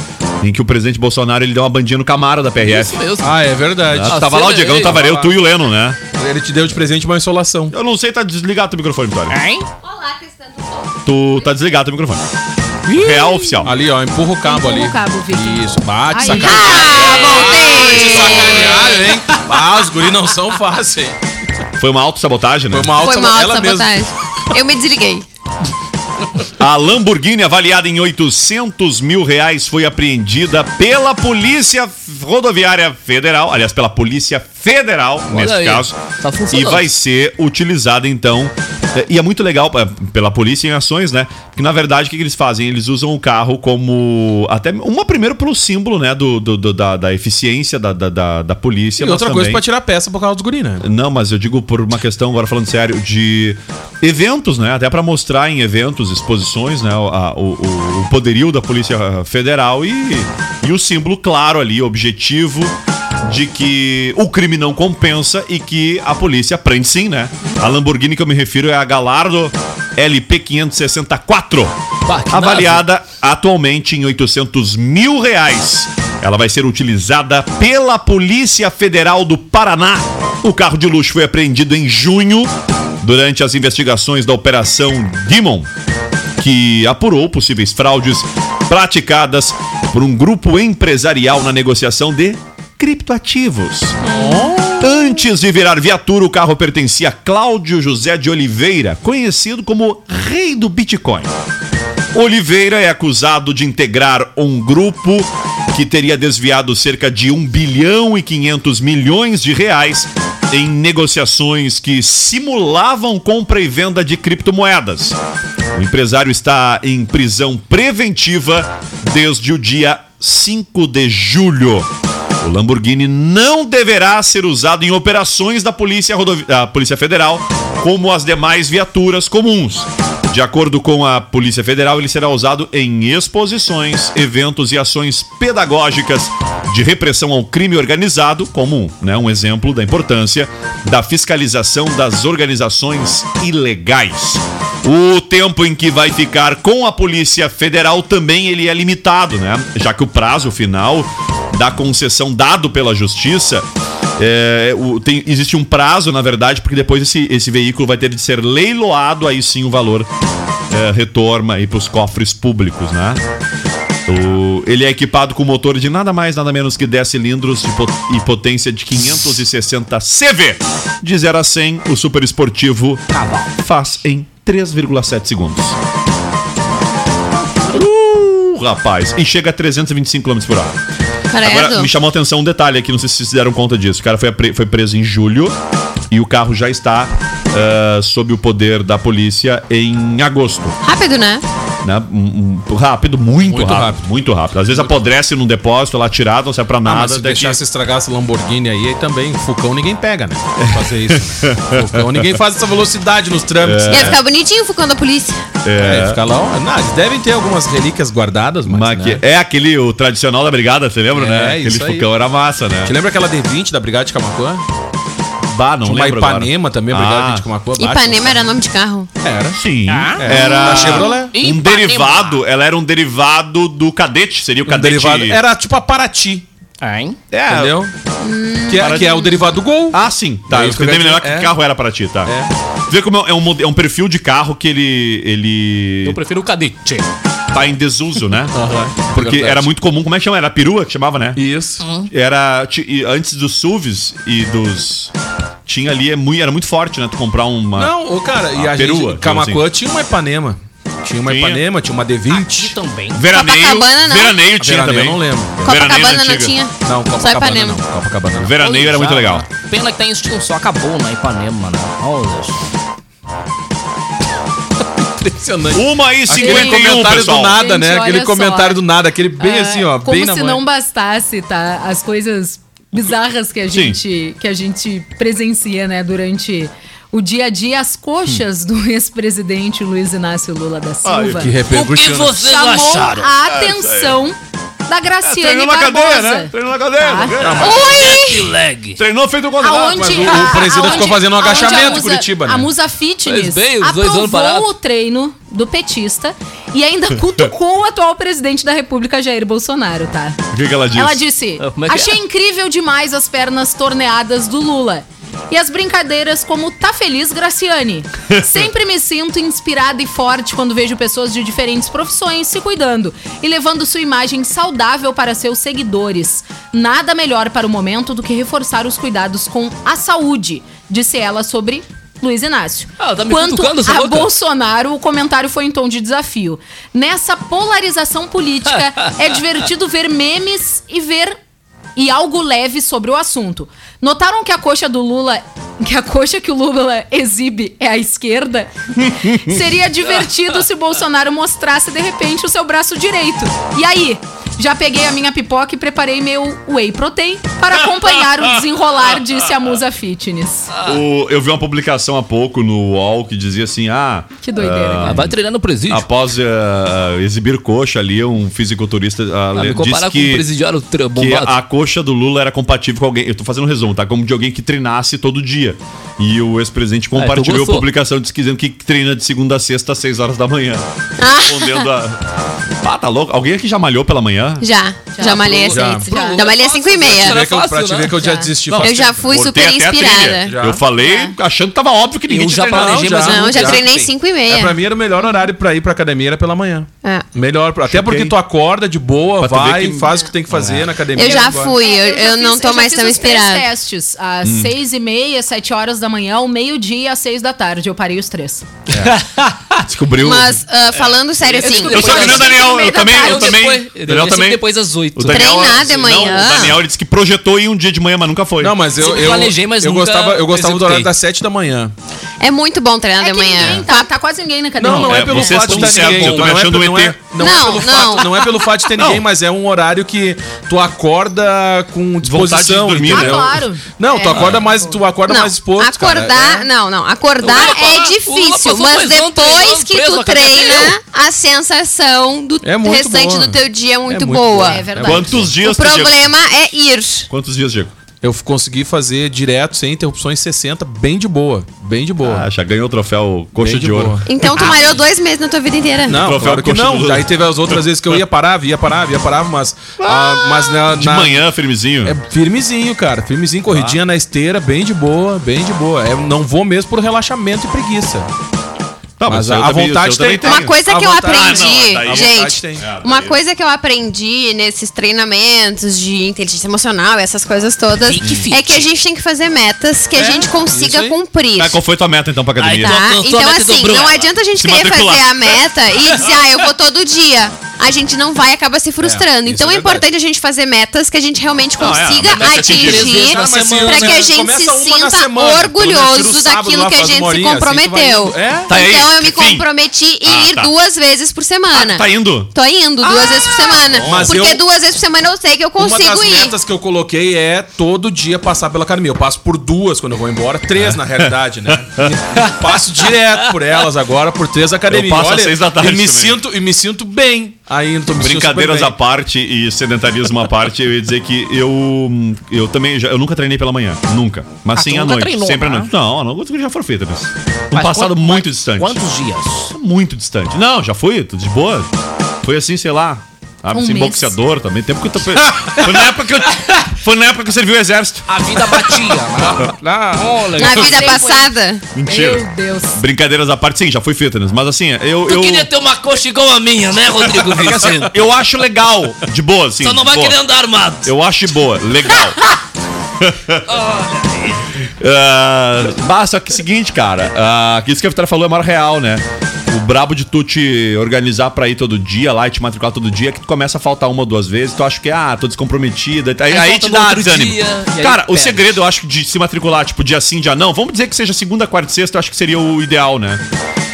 [SPEAKER 4] em que o presidente Bolsonaro ele deu uma bandinha no Camaro da PRF.
[SPEAKER 5] Isso mesmo.
[SPEAKER 6] Ah, é verdade.
[SPEAKER 4] Ah, tava lá o Diegão, tava eu, tu e o Leno, né?
[SPEAKER 6] Ele te deu de presente uma insolação.
[SPEAKER 4] Eu não sei, tá desligado teu microfone, Vitória.
[SPEAKER 5] Hein?
[SPEAKER 8] Olá, testando o som.
[SPEAKER 4] Tu tá desligado teu microfone. Real oficial.
[SPEAKER 6] Ali, ó, empurra o cabo
[SPEAKER 7] Empurra
[SPEAKER 6] ali.
[SPEAKER 7] o cabo, Vitor.
[SPEAKER 6] Isso, bate,
[SPEAKER 7] Aí.
[SPEAKER 6] sacanagem.
[SPEAKER 8] Ah, voltei!
[SPEAKER 6] Sacanearam, hein? Ah, os guri não são fáceis.
[SPEAKER 4] Foi uma autossabotagem, né?
[SPEAKER 6] Foi uma alta
[SPEAKER 8] Foi mal
[SPEAKER 6] ela mesma.
[SPEAKER 8] sabotagem. Eu me desliguei.
[SPEAKER 4] A Lamborghini, avaliada em 800 mil reais, foi apreendida pela Polícia Rodoviária Federal, aliás, pela Polícia Federal, nesse
[SPEAKER 5] aí,
[SPEAKER 4] caso,
[SPEAKER 5] tá funcionando.
[SPEAKER 4] e vai ser utilizada, então, é, e é muito legal é, pela Polícia em ações, né? Porque, na verdade, o que, que eles fazem? Eles usam o carro como, até, uma primeiro pelo símbolo, né, do, do- do- da, da eficiência da, da, da, da polícia,
[SPEAKER 6] E
[SPEAKER 4] mas
[SPEAKER 6] outra coisa
[SPEAKER 4] também-
[SPEAKER 6] pra tirar peça por causa dos guri, né?
[SPEAKER 4] não, mas eu digo por uma questão, agora falando sério, de eventos, né? Até pra mostrar em eventos, exposições, né? O, a- o- o- o poderio da Polícia Federal e, e o símbolo claro ali, objetivo de que o crime não compensa e que a polícia prende sim, né? A Lamborghini que eu me refiro é a Galardo LP564
[SPEAKER 5] Pá, que
[SPEAKER 4] avaliada atualmente em 800 mil reais. Ela vai ser utilizada pela Polícia Federal do Paraná. O carro de luxo foi apreendido em junho durante as investigações da Operação Demon, que apurou possíveis fraudes praticadas por um grupo empresarial na negociação de criptoativos. Antes de virar viatura, o carro pertencia a Cláudio José de Oliveira, conhecido como Rei do Bitcoin. Oliveira é acusado de integrar um grupo que teria desviado cerca de 1 bilhão e 500 milhões de reais em negociações que simulavam compra e venda de criptomoedas. O empresário está em prisão preventiva desde o dia 5 de julho. O Lamborghini não deverá ser usado em operações da Polícia, Rodovi- da Polícia Federal, como as demais viaturas comuns. De acordo com a Polícia Federal, ele será usado em exposições, eventos e ações pedagógicas de repressão ao crime organizado, como né, um exemplo da importância da fiscalização das organizações ilegais. O tempo em que vai ficar com a Polícia Federal também ele é limitado, né? Já que o prazo final da concessão dado pela Justiça é, o- tem- existe um prazo, na verdade, porque depois esse, esse veículo vai ter de ser leiloado, aí sim o valor é, retorna aí para os cofres públicos, né? O- ele é equipado com motor de nada mais, nada menos que 10 cilindros de po- e potência de 560 CV. De 0 a 100, o super esportivo faz em 3,7 segundos. Uh, rapaz, e chega a 325 km por hora. Agora,
[SPEAKER 8] Credo.
[SPEAKER 4] me chamou a atenção um detalhe aqui, não sei se vocês se deram conta disso. O cara foi, apre- foi preso em julho e o carro já está ah, sob o poder da polícia em agosto.
[SPEAKER 8] Rápido, né?
[SPEAKER 4] Né? Um- um- rápido, muito,
[SPEAKER 6] Muito
[SPEAKER 4] rápido,
[SPEAKER 6] rápido.
[SPEAKER 4] Muito rápido. Às vezes apodrece num depósito, lá tirado, não serve pra
[SPEAKER 6] Ah,
[SPEAKER 4] nada.
[SPEAKER 6] mas se
[SPEAKER 4] até que-
[SPEAKER 6] deixar se estragar esse Lamborghini aí, aí também, Fucão ninguém pega, né? Fazer
[SPEAKER 4] [laughs]
[SPEAKER 6] isso. né? Fucão, ninguém faz essa velocidade nos trâmites.
[SPEAKER 4] É.
[SPEAKER 8] Ia ficar bonitinho focando a polícia.
[SPEAKER 6] É, fica lá, ó. Não, eles devem ter algumas relíquias guardadas, mas.
[SPEAKER 4] Mas que-
[SPEAKER 6] né?
[SPEAKER 4] É aquele o tradicional da brigada, você lembra,
[SPEAKER 6] É,
[SPEAKER 4] né? Aquele
[SPEAKER 6] isso aí.
[SPEAKER 4] fucão era massa, né?
[SPEAKER 6] Te lembra aquela D20 da Brigada de Camacuã?
[SPEAKER 4] Bah, não
[SPEAKER 6] Tinha uma
[SPEAKER 4] lembro
[SPEAKER 6] Ipanema
[SPEAKER 4] agora.
[SPEAKER 6] também, a Brigada
[SPEAKER 4] ah,
[SPEAKER 6] de Camacuã. bate,
[SPEAKER 8] Ipanema era nome de carro.
[SPEAKER 6] Era.
[SPEAKER 4] Sim.
[SPEAKER 6] Da
[SPEAKER 4] Era
[SPEAKER 6] Chevrolet.
[SPEAKER 4] um derivado, ela era um derivado do cadete, seria o
[SPEAKER 6] Um
[SPEAKER 4] cadete.
[SPEAKER 6] derivado. Era tipo a Paraty,
[SPEAKER 5] Hein?
[SPEAKER 4] é,
[SPEAKER 6] entendeu? Que é, que é o derivado do Gol.
[SPEAKER 4] Ah, sim. Tá,
[SPEAKER 6] É
[SPEAKER 4] eu
[SPEAKER 6] isso que eu quero
[SPEAKER 4] tentei me lembrar que
[SPEAKER 6] dizer. É.
[SPEAKER 4] carro era pra ti, tá? É. Vê como é um, mode- é um perfil de carro que ele. ele
[SPEAKER 5] Eu prefiro o cadete.
[SPEAKER 4] tá em
[SPEAKER 6] [laughs]
[SPEAKER 4] desuso, né?
[SPEAKER 6] Aham.
[SPEAKER 4] Porque
[SPEAKER 6] Ah, Verdade.
[SPEAKER 4] era muito comum, como é que chama? Era perua que chamava, né?
[SPEAKER 6] Uhum. Isso.
[SPEAKER 4] Era. ti- e Antes dos SUVs e dos. Tinha ali, é muito, era muito forte, né? Tu comprar uma.
[SPEAKER 8] É.
[SPEAKER 6] Não, ô, cara, e
[SPEAKER 4] A
[SPEAKER 6] a, gente.
[SPEAKER 4] Ah, perua, assim.
[SPEAKER 6] Camacuã tinha uma Ipanema. Tinha uma
[SPEAKER 4] Tinha.
[SPEAKER 6] Ipanema, tinha uma
[SPEAKER 5] Aqui
[SPEAKER 6] D20.
[SPEAKER 5] também.
[SPEAKER 4] Veraneio.
[SPEAKER 8] Copacabana, não.
[SPEAKER 4] Veraneio Ah, tinha
[SPEAKER 6] Veraneio
[SPEAKER 4] também.
[SPEAKER 6] eu não lembro.
[SPEAKER 4] Veraneio
[SPEAKER 8] Copacabana
[SPEAKER 4] da
[SPEAKER 8] não
[SPEAKER 4] é antiga.
[SPEAKER 8] tinha.
[SPEAKER 6] Não,
[SPEAKER 8] Só
[SPEAKER 6] Copacabana
[SPEAKER 8] Ipanema.
[SPEAKER 6] não. Copacabana não.
[SPEAKER 4] Veraneio era muito
[SPEAKER 5] Usava.
[SPEAKER 4] legal.
[SPEAKER 5] Pena que tá em extinção, acabou na Ipanema, né? Olha só.
[SPEAKER 6] Impressionante.
[SPEAKER 4] Uma e
[SPEAKER 6] Aquele
[SPEAKER 4] 51,
[SPEAKER 6] comentário
[SPEAKER 4] pessoal.
[SPEAKER 6] do nada,
[SPEAKER 7] Gente,
[SPEAKER 6] né? Aquele
[SPEAKER 7] olha só.
[SPEAKER 6] comentário do nada, aquele bem
[SPEAKER 7] Ah,
[SPEAKER 6] assim, ó,
[SPEAKER 7] Como
[SPEAKER 6] bem na
[SPEAKER 7] se
[SPEAKER 6] mão.
[SPEAKER 7] não bastasse, tá? As coisas bizarras que a
[SPEAKER 4] Sim.
[SPEAKER 7] gente que a gente presencia, né, durante o dia a dia, as coxas do [laughs] ex-presidente Luiz Inácio Lula da Silva.
[SPEAKER 6] Que
[SPEAKER 5] O que
[SPEAKER 6] repercutiu. né?
[SPEAKER 5] vocês
[SPEAKER 7] chamou
[SPEAKER 5] acharam? É,
[SPEAKER 7] a atenção da Graciane
[SPEAKER 6] É,
[SPEAKER 4] Treinou na
[SPEAKER 7] Barbosa.
[SPEAKER 4] cadeia, né? Treinou na cadeia.
[SPEAKER 7] Tá.
[SPEAKER 4] né?
[SPEAKER 5] Que lag.
[SPEAKER 4] Treinou feito um condenado.
[SPEAKER 7] Aonde,
[SPEAKER 6] o- o
[SPEAKER 7] a-
[SPEAKER 6] presida
[SPEAKER 7] aonde-
[SPEAKER 6] ficou fazendo um
[SPEAKER 7] aonde
[SPEAKER 6] agachamento
[SPEAKER 7] a
[SPEAKER 6] em Curitiba, né?
[SPEAKER 7] A Musa Fitness
[SPEAKER 5] Fez bem, os dois anos parado.
[SPEAKER 7] aprovou o treino do petista e ainda cutucou o atual presidente da República, Jair Bolsonaro, tá?
[SPEAKER 4] O que, que ela disse?
[SPEAKER 7] Ela disse:
[SPEAKER 5] Ah, como é que é?
[SPEAKER 7] Achei incrível demais as pernas torneadas do Lula. E as brincadeiras como Tá
[SPEAKER 4] [laughs]
[SPEAKER 7] Feliz, Graciane. Sempre me sinto inspirada e forte quando vejo pessoas de diferentes profissões se cuidando e levando sua imagem saudável para seus seguidores. Nada melhor para o momento do que reforçar os cuidados com a saúde, disse ela sobre Luiz Inácio.
[SPEAKER 5] Ah, tá me
[SPEAKER 7] Quanto
[SPEAKER 5] cutucando essa
[SPEAKER 7] a
[SPEAKER 5] louca?
[SPEAKER 7] Bolsonaro, o comentário foi em tom de desafio. Nessa polarização política, é divertido ver memes e ver e algo leve sobre o assunto. Notaram que a coxa do Lula, que a coxa que o Lula exibe é a esquerda? Seria divertido se o Bolsonaro mostrasse de repente o seu braço direito. E aí? Já peguei a minha pipoca e preparei meu whey protein para acompanhar o desenrolar, disse a Musa Fitness.
[SPEAKER 4] O- eu vi uma publicação há pouco no UOL que dizia assim: ah,
[SPEAKER 7] Que doideira,
[SPEAKER 5] Ah,
[SPEAKER 7] cara.
[SPEAKER 5] vai treinar no presídio.
[SPEAKER 4] após ah, exibir coxa ali, um fisiculturista ah,
[SPEAKER 5] Ah,
[SPEAKER 4] le-
[SPEAKER 5] me
[SPEAKER 4] disse
[SPEAKER 5] comparar com o
[SPEAKER 4] que,
[SPEAKER 5] presidiário tra-
[SPEAKER 4] que
[SPEAKER 5] bombado.
[SPEAKER 4] a coxa do Lula era compatível com alguém. Eu tô fazendo um resumo, tá? Como de alguém que treinasse todo dia. E o ex-presidente
[SPEAKER 5] tu
[SPEAKER 4] compartilhou a
[SPEAKER 5] Ah, então gostou.
[SPEAKER 8] Ah.
[SPEAKER 4] publicação dizendo que treina de segunda a sexta às seis horas da manhã. Respondendo a. Ah, tá louco? Alguém aqui já malhou pela manhã?
[SPEAKER 8] Já, já, malhei às
[SPEAKER 6] Já.
[SPEAKER 8] seis. Já,
[SPEAKER 5] é
[SPEAKER 8] já malhei às cinco e
[SPEAKER 5] né?
[SPEAKER 6] Pra te ver
[SPEAKER 8] meia.
[SPEAKER 6] que eu- pra te ver que eu já
[SPEAKER 7] Já.
[SPEAKER 6] desisti
[SPEAKER 4] Não,
[SPEAKER 6] faz
[SPEAKER 8] Eu já
[SPEAKER 6] tempo.
[SPEAKER 8] fui
[SPEAKER 4] Cortei
[SPEAKER 8] super
[SPEAKER 4] até a trilha.
[SPEAKER 8] inspirada.
[SPEAKER 6] Já.
[SPEAKER 4] Eu falei achando que tava óbvio que ninguém
[SPEAKER 5] Eu
[SPEAKER 4] tinha
[SPEAKER 5] já
[SPEAKER 4] treinado.
[SPEAKER 5] planejei, mas
[SPEAKER 6] já.
[SPEAKER 5] eu
[SPEAKER 8] Não, já treinei
[SPEAKER 5] sei.
[SPEAKER 8] cinco e
[SPEAKER 6] É, pra
[SPEAKER 8] meia.
[SPEAKER 6] mim era o melhor horário pra ir pra academia era pela manhã.
[SPEAKER 8] É.
[SPEAKER 6] Melhor, pra- até porque tu acorda de boa,
[SPEAKER 4] Pra tu
[SPEAKER 6] vai,
[SPEAKER 4] ver que-
[SPEAKER 6] faz o que tem que fazer na academia.
[SPEAKER 8] Eu já
[SPEAKER 6] vai.
[SPEAKER 8] fui, eu,
[SPEAKER 7] já
[SPEAKER 8] eu
[SPEAKER 7] fiz-
[SPEAKER 8] não tô
[SPEAKER 7] já
[SPEAKER 8] mais
[SPEAKER 7] fiz
[SPEAKER 8] tão
[SPEAKER 7] os três
[SPEAKER 8] inspirada.
[SPEAKER 7] testes, às
[SPEAKER 4] Hum.
[SPEAKER 7] seis e meia, sete horas da manhã, ao meio-dia, às seis da tarde. Eu parei os três.
[SPEAKER 4] Descobriu.
[SPEAKER 8] Mas,
[SPEAKER 6] É.
[SPEAKER 8] ah, falando sério, assim,
[SPEAKER 4] É eu sou que nem o Daniel, eu também, eu também.
[SPEAKER 5] Depois,
[SPEAKER 4] Daniel também.
[SPEAKER 5] depois às
[SPEAKER 4] O
[SPEAKER 5] oito.
[SPEAKER 4] Daniel,
[SPEAKER 8] Treinar de
[SPEAKER 4] não,
[SPEAKER 8] manhã.
[SPEAKER 4] o Daniel ele disse que projetou ir um dia de manhã, mas nunca foi.
[SPEAKER 6] Não, mas eu,
[SPEAKER 5] Sempre
[SPEAKER 6] eu,
[SPEAKER 5] planejei, mas
[SPEAKER 6] eu
[SPEAKER 5] nunca
[SPEAKER 6] gostava, eu gostava do horário
[SPEAKER 5] executei.
[SPEAKER 6] das 7 da manhã.
[SPEAKER 8] é muito bom treinar
[SPEAKER 7] É que
[SPEAKER 8] de manhã.
[SPEAKER 7] ninguém, tá, tá quase ninguém na academia.
[SPEAKER 4] não é pelo vocês fato estão de certos, ninguém, eu tô me
[SPEAKER 6] não
[SPEAKER 4] achando
[SPEAKER 6] é, pe-
[SPEAKER 4] um
[SPEAKER 6] não
[SPEAKER 4] ET.
[SPEAKER 6] é- não, é
[SPEAKER 8] Não,
[SPEAKER 6] pelo
[SPEAKER 8] não.
[SPEAKER 6] Fato, não é pelo fato de ter ninguém, mas é um horário que tu acorda com disposição.
[SPEAKER 4] de dormir,
[SPEAKER 6] entendeu?
[SPEAKER 7] né? Ah, claro.
[SPEAKER 6] Não, tu
[SPEAKER 7] É.
[SPEAKER 6] acorda mais, tu acorda
[SPEAKER 8] Não,
[SPEAKER 6] mais disposto, cara.
[SPEAKER 8] acordar,
[SPEAKER 6] É.
[SPEAKER 8] não, não, acordar
[SPEAKER 5] Lula
[SPEAKER 8] é
[SPEAKER 5] pa- o Lula
[SPEAKER 8] difícil,
[SPEAKER 5] passou
[SPEAKER 8] mas
[SPEAKER 5] dois anos
[SPEAKER 8] depois
[SPEAKER 5] treinando
[SPEAKER 8] que
[SPEAKER 5] preso
[SPEAKER 8] tu
[SPEAKER 5] na cadeia.
[SPEAKER 8] treina, a sensação do
[SPEAKER 6] É muito
[SPEAKER 8] restante
[SPEAKER 6] boa.
[SPEAKER 8] do teu dia é muito,
[SPEAKER 6] muito
[SPEAKER 8] boa.
[SPEAKER 6] boa. É
[SPEAKER 7] verdade.
[SPEAKER 4] Quantos
[SPEAKER 8] O
[SPEAKER 4] dias, tu, Diego?
[SPEAKER 8] problema é ir.
[SPEAKER 4] Quantos dias, Diego?
[SPEAKER 6] É, Eu f- consegui fazer direto, sem interrupções, 60, bem de boa. Bem de boa.
[SPEAKER 4] Ah, já ganhou o troféu coxa
[SPEAKER 6] Bem
[SPEAKER 4] de ouro. [laughs]
[SPEAKER 6] boa.
[SPEAKER 8] Então tu malhou dois meses na tua vida inteira.
[SPEAKER 6] Não,
[SPEAKER 4] Troféu
[SPEAKER 6] claro que
[SPEAKER 4] coxa de
[SPEAKER 6] não.
[SPEAKER 4] ouro.
[SPEAKER 6] Daí teve as outras vezes que eu ia parar, ia parar, ia parar, mas. ah, mas na,
[SPEAKER 4] De
[SPEAKER 6] na-
[SPEAKER 4] manhã, Tá. firmezinho.
[SPEAKER 6] É firmezinho, cara. Firmezinho, corridinha na esteira, bem de boa, bem de boa. É, não vou mesmo por relaxamento e preguiça.
[SPEAKER 4] Tá,
[SPEAKER 6] mas
[SPEAKER 4] eu
[SPEAKER 6] a- a
[SPEAKER 4] também- eu
[SPEAKER 6] vontade
[SPEAKER 4] também
[SPEAKER 6] tem.
[SPEAKER 4] tenho.
[SPEAKER 8] Uma coisa
[SPEAKER 6] A
[SPEAKER 8] que eu
[SPEAKER 6] vontade-
[SPEAKER 8] aprendi,
[SPEAKER 4] Ah, não, daí-
[SPEAKER 8] gente,
[SPEAKER 6] A vontade tem.
[SPEAKER 4] Ah, daí-
[SPEAKER 8] uma coisa que eu aprendi nesses treinamentos de inteligência emocional, essas coisas todas,
[SPEAKER 5] Fique fit.
[SPEAKER 8] é que a gente tem que fazer metas que a gente consiga
[SPEAKER 6] aí.
[SPEAKER 8] cumprir.
[SPEAKER 4] Tá, qual foi tua meta então pra academia?
[SPEAKER 5] Aí,
[SPEAKER 8] Tá?
[SPEAKER 5] Alcançou a
[SPEAKER 8] Então,
[SPEAKER 5] meta e
[SPEAKER 8] assim,
[SPEAKER 5] dobrou
[SPEAKER 8] não
[SPEAKER 5] ela.
[SPEAKER 8] adianta a gente
[SPEAKER 4] Se
[SPEAKER 8] querer
[SPEAKER 4] matricular.
[SPEAKER 8] fazer a meta e dizer, ah, eu vou todo dia. A gente não vai acaba se frustrando.
[SPEAKER 6] É,
[SPEAKER 8] então
[SPEAKER 6] isso
[SPEAKER 8] é
[SPEAKER 6] é
[SPEAKER 8] importante a gente fazer metas que a gente realmente
[SPEAKER 4] Não, é,
[SPEAKER 8] consiga
[SPEAKER 4] a meta é atingir.
[SPEAKER 5] Três
[SPEAKER 8] atingir
[SPEAKER 5] vezes na semana,
[SPEAKER 8] pra que
[SPEAKER 5] né?
[SPEAKER 8] a gente se
[SPEAKER 6] Começa uma na
[SPEAKER 8] sinta
[SPEAKER 6] semana. Tu, né, tira
[SPEAKER 8] orgulhoso
[SPEAKER 6] o sábado
[SPEAKER 8] daquilo
[SPEAKER 6] lá,
[SPEAKER 8] que a
[SPEAKER 6] faz
[SPEAKER 8] gente
[SPEAKER 6] uma
[SPEAKER 8] se
[SPEAKER 6] horinha, assim, tu vai
[SPEAKER 8] comprometeu.
[SPEAKER 6] indo. É?
[SPEAKER 4] Tá aí,
[SPEAKER 8] então eu me
[SPEAKER 4] enfim.
[SPEAKER 8] comprometi em
[SPEAKER 4] Ah,
[SPEAKER 8] ir
[SPEAKER 4] tá.
[SPEAKER 8] duas vezes por semana.
[SPEAKER 4] Ah, tá indo?
[SPEAKER 8] Tô indo duas vezes por semana.
[SPEAKER 6] mas
[SPEAKER 8] porque
[SPEAKER 6] eu-
[SPEAKER 8] duas vezes por semana eu sei que eu
[SPEAKER 6] Uma das
[SPEAKER 8] consigo ir.
[SPEAKER 6] metas que eu coloquei é todo dia passar pela academia. Eu passo por duas quando eu vou embora, três na
[SPEAKER 4] [laughs]
[SPEAKER 6] realidade, né? passo direto por elas agora, por três academias.
[SPEAKER 4] Eu passo às seis da tarde
[SPEAKER 6] E me,
[SPEAKER 4] também.
[SPEAKER 6] sinto, e me sinto bem ainda. Me sinto
[SPEAKER 4] Brincadeiras
[SPEAKER 6] super
[SPEAKER 4] à
[SPEAKER 6] bem.
[SPEAKER 4] parte e sedentarismo à parte, eu ia dizer que eu eu também já, eu nunca treinei pela manhã, nunca. Mas
[SPEAKER 5] Ah,
[SPEAKER 4] sim
[SPEAKER 5] tu
[SPEAKER 4] à
[SPEAKER 5] nunca
[SPEAKER 4] noite,
[SPEAKER 5] treinou,
[SPEAKER 4] sempre à
[SPEAKER 5] né?
[SPEAKER 4] noite. Não, a noite já foram feitas. mas Um
[SPEAKER 5] Mas
[SPEAKER 4] passado
[SPEAKER 5] quant-
[SPEAKER 4] muito
[SPEAKER 5] quant-
[SPEAKER 4] distante.
[SPEAKER 5] Quantos dias?
[SPEAKER 4] Muito distante. Não, já fui, tudo de boa. Foi assim, sei lá. Ah,
[SPEAKER 7] Um
[SPEAKER 4] assim,
[SPEAKER 7] mês.
[SPEAKER 4] boxeador também. Tempo que eu tô... foi, na época que eu, foi na época que eu servi o exército.
[SPEAKER 5] A vida
[SPEAKER 4] [laughs]
[SPEAKER 5] batia.
[SPEAKER 6] Ah,
[SPEAKER 5] Olha,
[SPEAKER 8] Na vida
[SPEAKER 7] Tempo é-
[SPEAKER 8] passada.
[SPEAKER 4] Mentira.
[SPEAKER 7] Meu Deus.
[SPEAKER 4] Brincadeiras à parte, sim, já fui fitness. Mas assim, eu.
[SPEAKER 5] Tu
[SPEAKER 4] eu...
[SPEAKER 5] queria ter uma coxa igual a minha, né,
[SPEAKER 4] [laughs]
[SPEAKER 5] Rodrigo Vicente?
[SPEAKER 4] Eu acho legal, de boa, assim.
[SPEAKER 5] Só não vai
[SPEAKER 4] boa.
[SPEAKER 5] querer andar armado.
[SPEAKER 4] Eu acho de boa, legal. [laughs] Ah, Bah, só que é o seguinte, cara. ah, que isso que a Vitória falou é maior real, né? O brabo de tu te organizar pra ir todo dia lá e te matricular todo dia é que tu começa a faltar uma ou duas vezes. Tu acha que, ah, tô descomprometida. Aí,
[SPEAKER 5] Aí
[SPEAKER 4] aí
[SPEAKER 5] falta
[SPEAKER 4] te
[SPEAKER 5] no
[SPEAKER 4] dá
[SPEAKER 5] outro
[SPEAKER 4] desânimo.
[SPEAKER 5] dia, e aí
[SPEAKER 4] cara, o
[SPEAKER 5] perde.
[SPEAKER 4] segredo, eu acho, de se matricular, tipo, dia sim, dia não. Vamos dizer que seja segunda, quarta e sexta, eu acho que seria o ideal, né?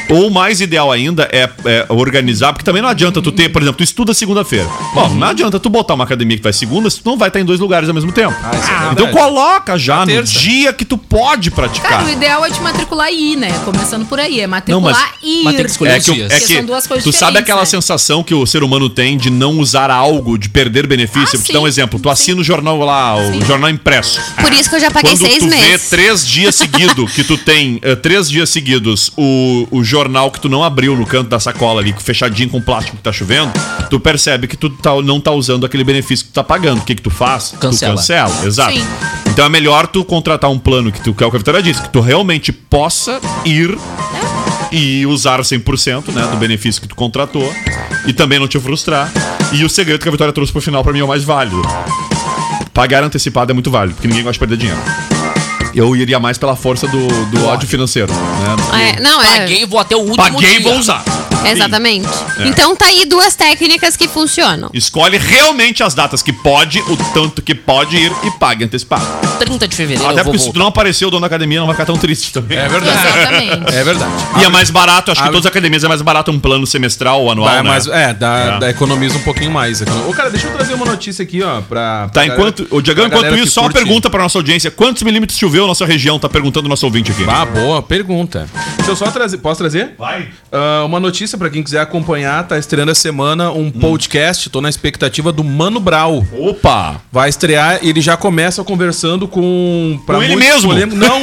[SPEAKER 4] Ou o mais ideal ainda é, é organizar, porque também não adianta tu ter, por exemplo, tu estuda segunda-feira. Bom, não adianta tu botar uma academia que vai segunda, se tu não vai estar em dois lugares ao mesmo tempo.
[SPEAKER 6] isso é verdade.
[SPEAKER 4] então coloca já no
[SPEAKER 6] terça.
[SPEAKER 4] dia que tu pode
[SPEAKER 7] Cara,
[SPEAKER 4] praticar.
[SPEAKER 7] o ideal é te matricular e ir, né? Começando por aí. É
[SPEAKER 4] Tá. Não, mas-
[SPEAKER 7] matricular e ir.
[SPEAKER 5] mas tem que escolher
[SPEAKER 4] É
[SPEAKER 5] os
[SPEAKER 4] que,
[SPEAKER 5] dias.
[SPEAKER 4] é
[SPEAKER 7] Porque
[SPEAKER 4] que
[SPEAKER 7] são duas coisas
[SPEAKER 4] tu sabe
[SPEAKER 7] diferentes,
[SPEAKER 4] aquela
[SPEAKER 7] né?
[SPEAKER 4] sensação que o ser humano tem de não usar algo, de perder benefício.
[SPEAKER 7] Ah,
[SPEAKER 4] Vou te dar um
[SPEAKER 7] sim,
[SPEAKER 4] exemplo. Tu assina o jornal lá, o jornal impresso.
[SPEAKER 8] Por isso que eu já paguei
[SPEAKER 4] Quando
[SPEAKER 8] seis
[SPEAKER 4] tu vê
[SPEAKER 8] meses.
[SPEAKER 4] três
[SPEAKER 8] [laughs]
[SPEAKER 4] dias seguidos que tu tem eh, três dias seguidos o, o jornal que tu não abriu no canto da sacola ali, fechadinho com plástico que tá chovendo, tu percebe que tu tá- não tá usando aquele benefício que tu tá pagando. O que que tu faz?
[SPEAKER 5] Cancela.
[SPEAKER 4] Tu cancela, exato.
[SPEAKER 7] Sim.
[SPEAKER 4] Então é melhor tu contratar um plano que tu que é o que a Vitória disse, que tu realmente possa ir e usar 100% né, do benefício que tu contratou e também não te frustrar. E o segredo que a Vitória trouxe pro final pra mim é o mais válido. Pagar antecipado é muito válido, porque ninguém gosta de perder dinheiro. Eu iria mais pela força do, do ódio financeiro.
[SPEAKER 6] Ah,
[SPEAKER 4] Né?
[SPEAKER 8] É, não, é.
[SPEAKER 5] Paguei, vou até o último
[SPEAKER 4] Paguei e
[SPEAKER 5] dia.
[SPEAKER 4] vou usar.
[SPEAKER 8] Exatamente.
[SPEAKER 4] É.
[SPEAKER 8] Então tá aí duas técnicas que funcionam.
[SPEAKER 4] Escolhe realmente as datas que pode, o tanto que pode ir e pague antecipado.
[SPEAKER 5] 30 de fevereiro
[SPEAKER 4] Até
[SPEAKER 5] eu vou
[SPEAKER 4] porque se tu
[SPEAKER 5] voltar.
[SPEAKER 4] não aparecer o dono da academia, não vai ficar tão triste também.
[SPEAKER 6] É verdade.
[SPEAKER 7] [laughs] Exatamente.
[SPEAKER 6] É verdade.
[SPEAKER 4] E é mais barato, acho que
[SPEAKER 6] Abre-
[SPEAKER 4] todas as academias é mais barato um plano semestral ou anual,
[SPEAKER 6] Vai,
[SPEAKER 4] né?
[SPEAKER 6] mas, é, dá,
[SPEAKER 4] É.
[SPEAKER 6] dá- economiza um pouquinho mais. Econo- Ô, cara, deixa eu trazer uma notícia aqui, ó, pra. pra
[SPEAKER 4] Tá,
[SPEAKER 6] galera-
[SPEAKER 4] enquanto. Ô, Diagão,
[SPEAKER 6] pra
[SPEAKER 4] enquanto
[SPEAKER 6] galera
[SPEAKER 4] isso,
[SPEAKER 6] que
[SPEAKER 4] só uma
[SPEAKER 6] curte.
[SPEAKER 4] pergunta pra nossa audiência. Quantos milímetros choveu na nossa região? Tá perguntando o nosso ouvinte aqui.
[SPEAKER 6] Ah, boa pergunta. Deixa eu só trazer. Posso trazer?
[SPEAKER 4] Vai.
[SPEAKER 6] Ah, uma notícia pra quem quiser acompanhar, tá estreando essa semana
[SPEAKER 4] Hum.
[SPEAKER 6] um podcast. Tô na expectativa do Mano Brau.
[SPEAKER 4] Opa!
[SPEAKER 6] Vai estrear, ele já começa conversando com. pra
[SPEAKER 4] Com ele
[SPEAKER 6] muitos
[SPEAKER 4] [laughs] mesmo.
[SPEAKER 6] polêmicos- não,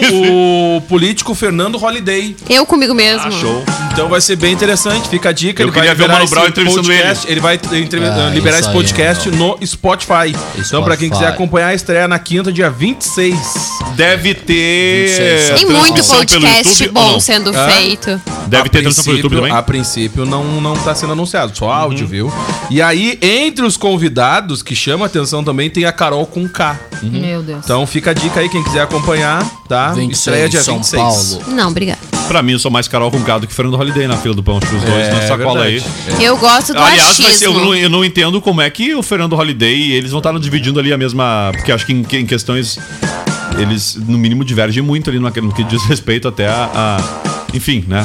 [SPEAKER 6] o político Fernando Holiday.
[SPEAKER 8] Eu comigo mesmo.
[SPEAKER 4] Achou.
[SPEAKER 6] Então vai ser bem interessante, fica a dica.
[SPEAKER 4] Eu
[SPEAKER 6] vai
[SPEAKER 4] queria ver o
[SPEAKER 6] liberar
[SPEAKER 4] Mano
[SPEAKER 6] esse
[SPEAKER 4] Brown entrevistando
[SPEAKER 6] podcast, Ele vai entre- eh,
[SPEAKER 5] Ah,
[SPEAKER 6] liberar esse
[SPEAKER 5] isso aí,
[SPEAKER 6] podcast no Spotify. Então, pra quem
[SPEAKER 5] Spotify.
[SPEAKER 6] quiser acompanhar, a estreia na quinta, dia 26.
[SPEAKER 4] Deve ter.
[SPEAKER 5] 26.
[SPEAKER 4] eh,
[SPEAKER 8] Tem muito
[SPEAKER 4] transmissão pelo
[SPEAKER 8] podcast
[SPEAKER 4] YouTube ou
[SPEAKER 8] bom
[SPEAKER 4] não? É?
[SPEAKER 8] sendo
[SPEAKER 6] Hã?
[SPEAKER 8] feito.
[SPEAKER 4] Deve
[SPEAKER 6] A
[SPEAKER 4] ter transmissão pelo
[SPEAKER 6] princípio-
[SPEAKER 4] YouTube também? Uhum.
[SPEAKER 6] A princípio não, não tá sendo anunciado, só áudio, viu? E aí, entre os convidados, que chama atenção também, tem a Carol com K.
[SPEAKER 4] Uhum.
[SPEAKER 7] Meu Deus.
[SPEAKER 4] Tá.
[SPEAKER 6] Então fica a dica aí, quem quiser acompanhar, tá?
[SPEAKER 5] 26,
[SPEAKER 6] Estreia dia
[SPEAKER 5] São
[SPEAKER 6] 26.
[SPEAKER 5] Paulo.
[SPEAKER 8] Não, obrigada.
[SPEAKER 4] ah, Pra mim, eu sou mais Carol com Gado que Fernando Holiday na fila do pão. Acho que os dois
[SPEAKER 6] É,
[SPEAKER 4] na sacola
[SPEAKER 6] verdade.
[SPEAKER 4] aí.
[SPEAKER 8] Eu gosto do
[SPEAKER 4] É. Aliás, mas eu, não,
[SPEAKER 8] achismo.
[SPEAKER 4] eu não entendo como é que o Fernando Holiday e eles não estavam dividindo ali a mesma. Porque acho que em, que- em questões. Eles, no mínimo, divergem muito ali no, no que diz respeito até a, a- Enfim, né?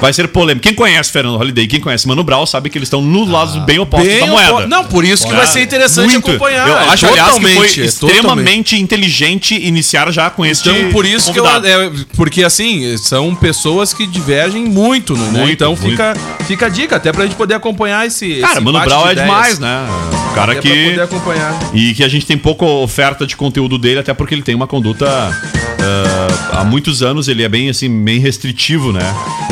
[SPEAKER 4] Vai ser polêmico. Quem conhece Fernando Holiday, quem conhece Mano Brown, sabe que eles estão no lado bem oposto
[SPEAKER 6] Bem
[SPEAKER 4] da moeda.
[SPEAKER 6] opo- Não, por isso que vai ser interessante
[SPEAKER 4] Muito.
[SPEAKER 6] acompanhar. é
[SPEAKER 4] Eu acho, aliás, que foi
[SPEAKER 6] Totalmente, totalmente.
[SPEAKER 4] extremamente inteligente iniciar já com este.
[SPEAKER 6] Então, por isso
[SPEAKER 4] convidado.
[SPEAKER 6] que eu. é, porque, assim, são pessoas que divergem muito, né?
[SPEAKER 4] Muito,
[SPEAKER 6] então,
[SPEAKER 4] muito.
[SPEAKER 6] Fica, fica a dica, até pra gente poder acompanhar esse.
[SPEAKER 4] Cara,
[SPEAKER 6] esse
[SPEAKER 4] Mano
[SPEAKER 6] embate
[SPEAKER 4] Brown
[SPEAKER 6] de
[SPEAKER 4] é
[SPEAKER 6] ideias.
[SPEAKER 4] demais, né? O cara
[SPEAKER 6] Até
[SPEAKER 4] que.
[SPEAKER 6] pra poder acompanhar.
[SPEAKER 4] E que a gente tem pouca oferta de conteúdo dele, até porque ele tem uma conduta. ah, há muitos anos ele é bem assim, bem restritivo, né?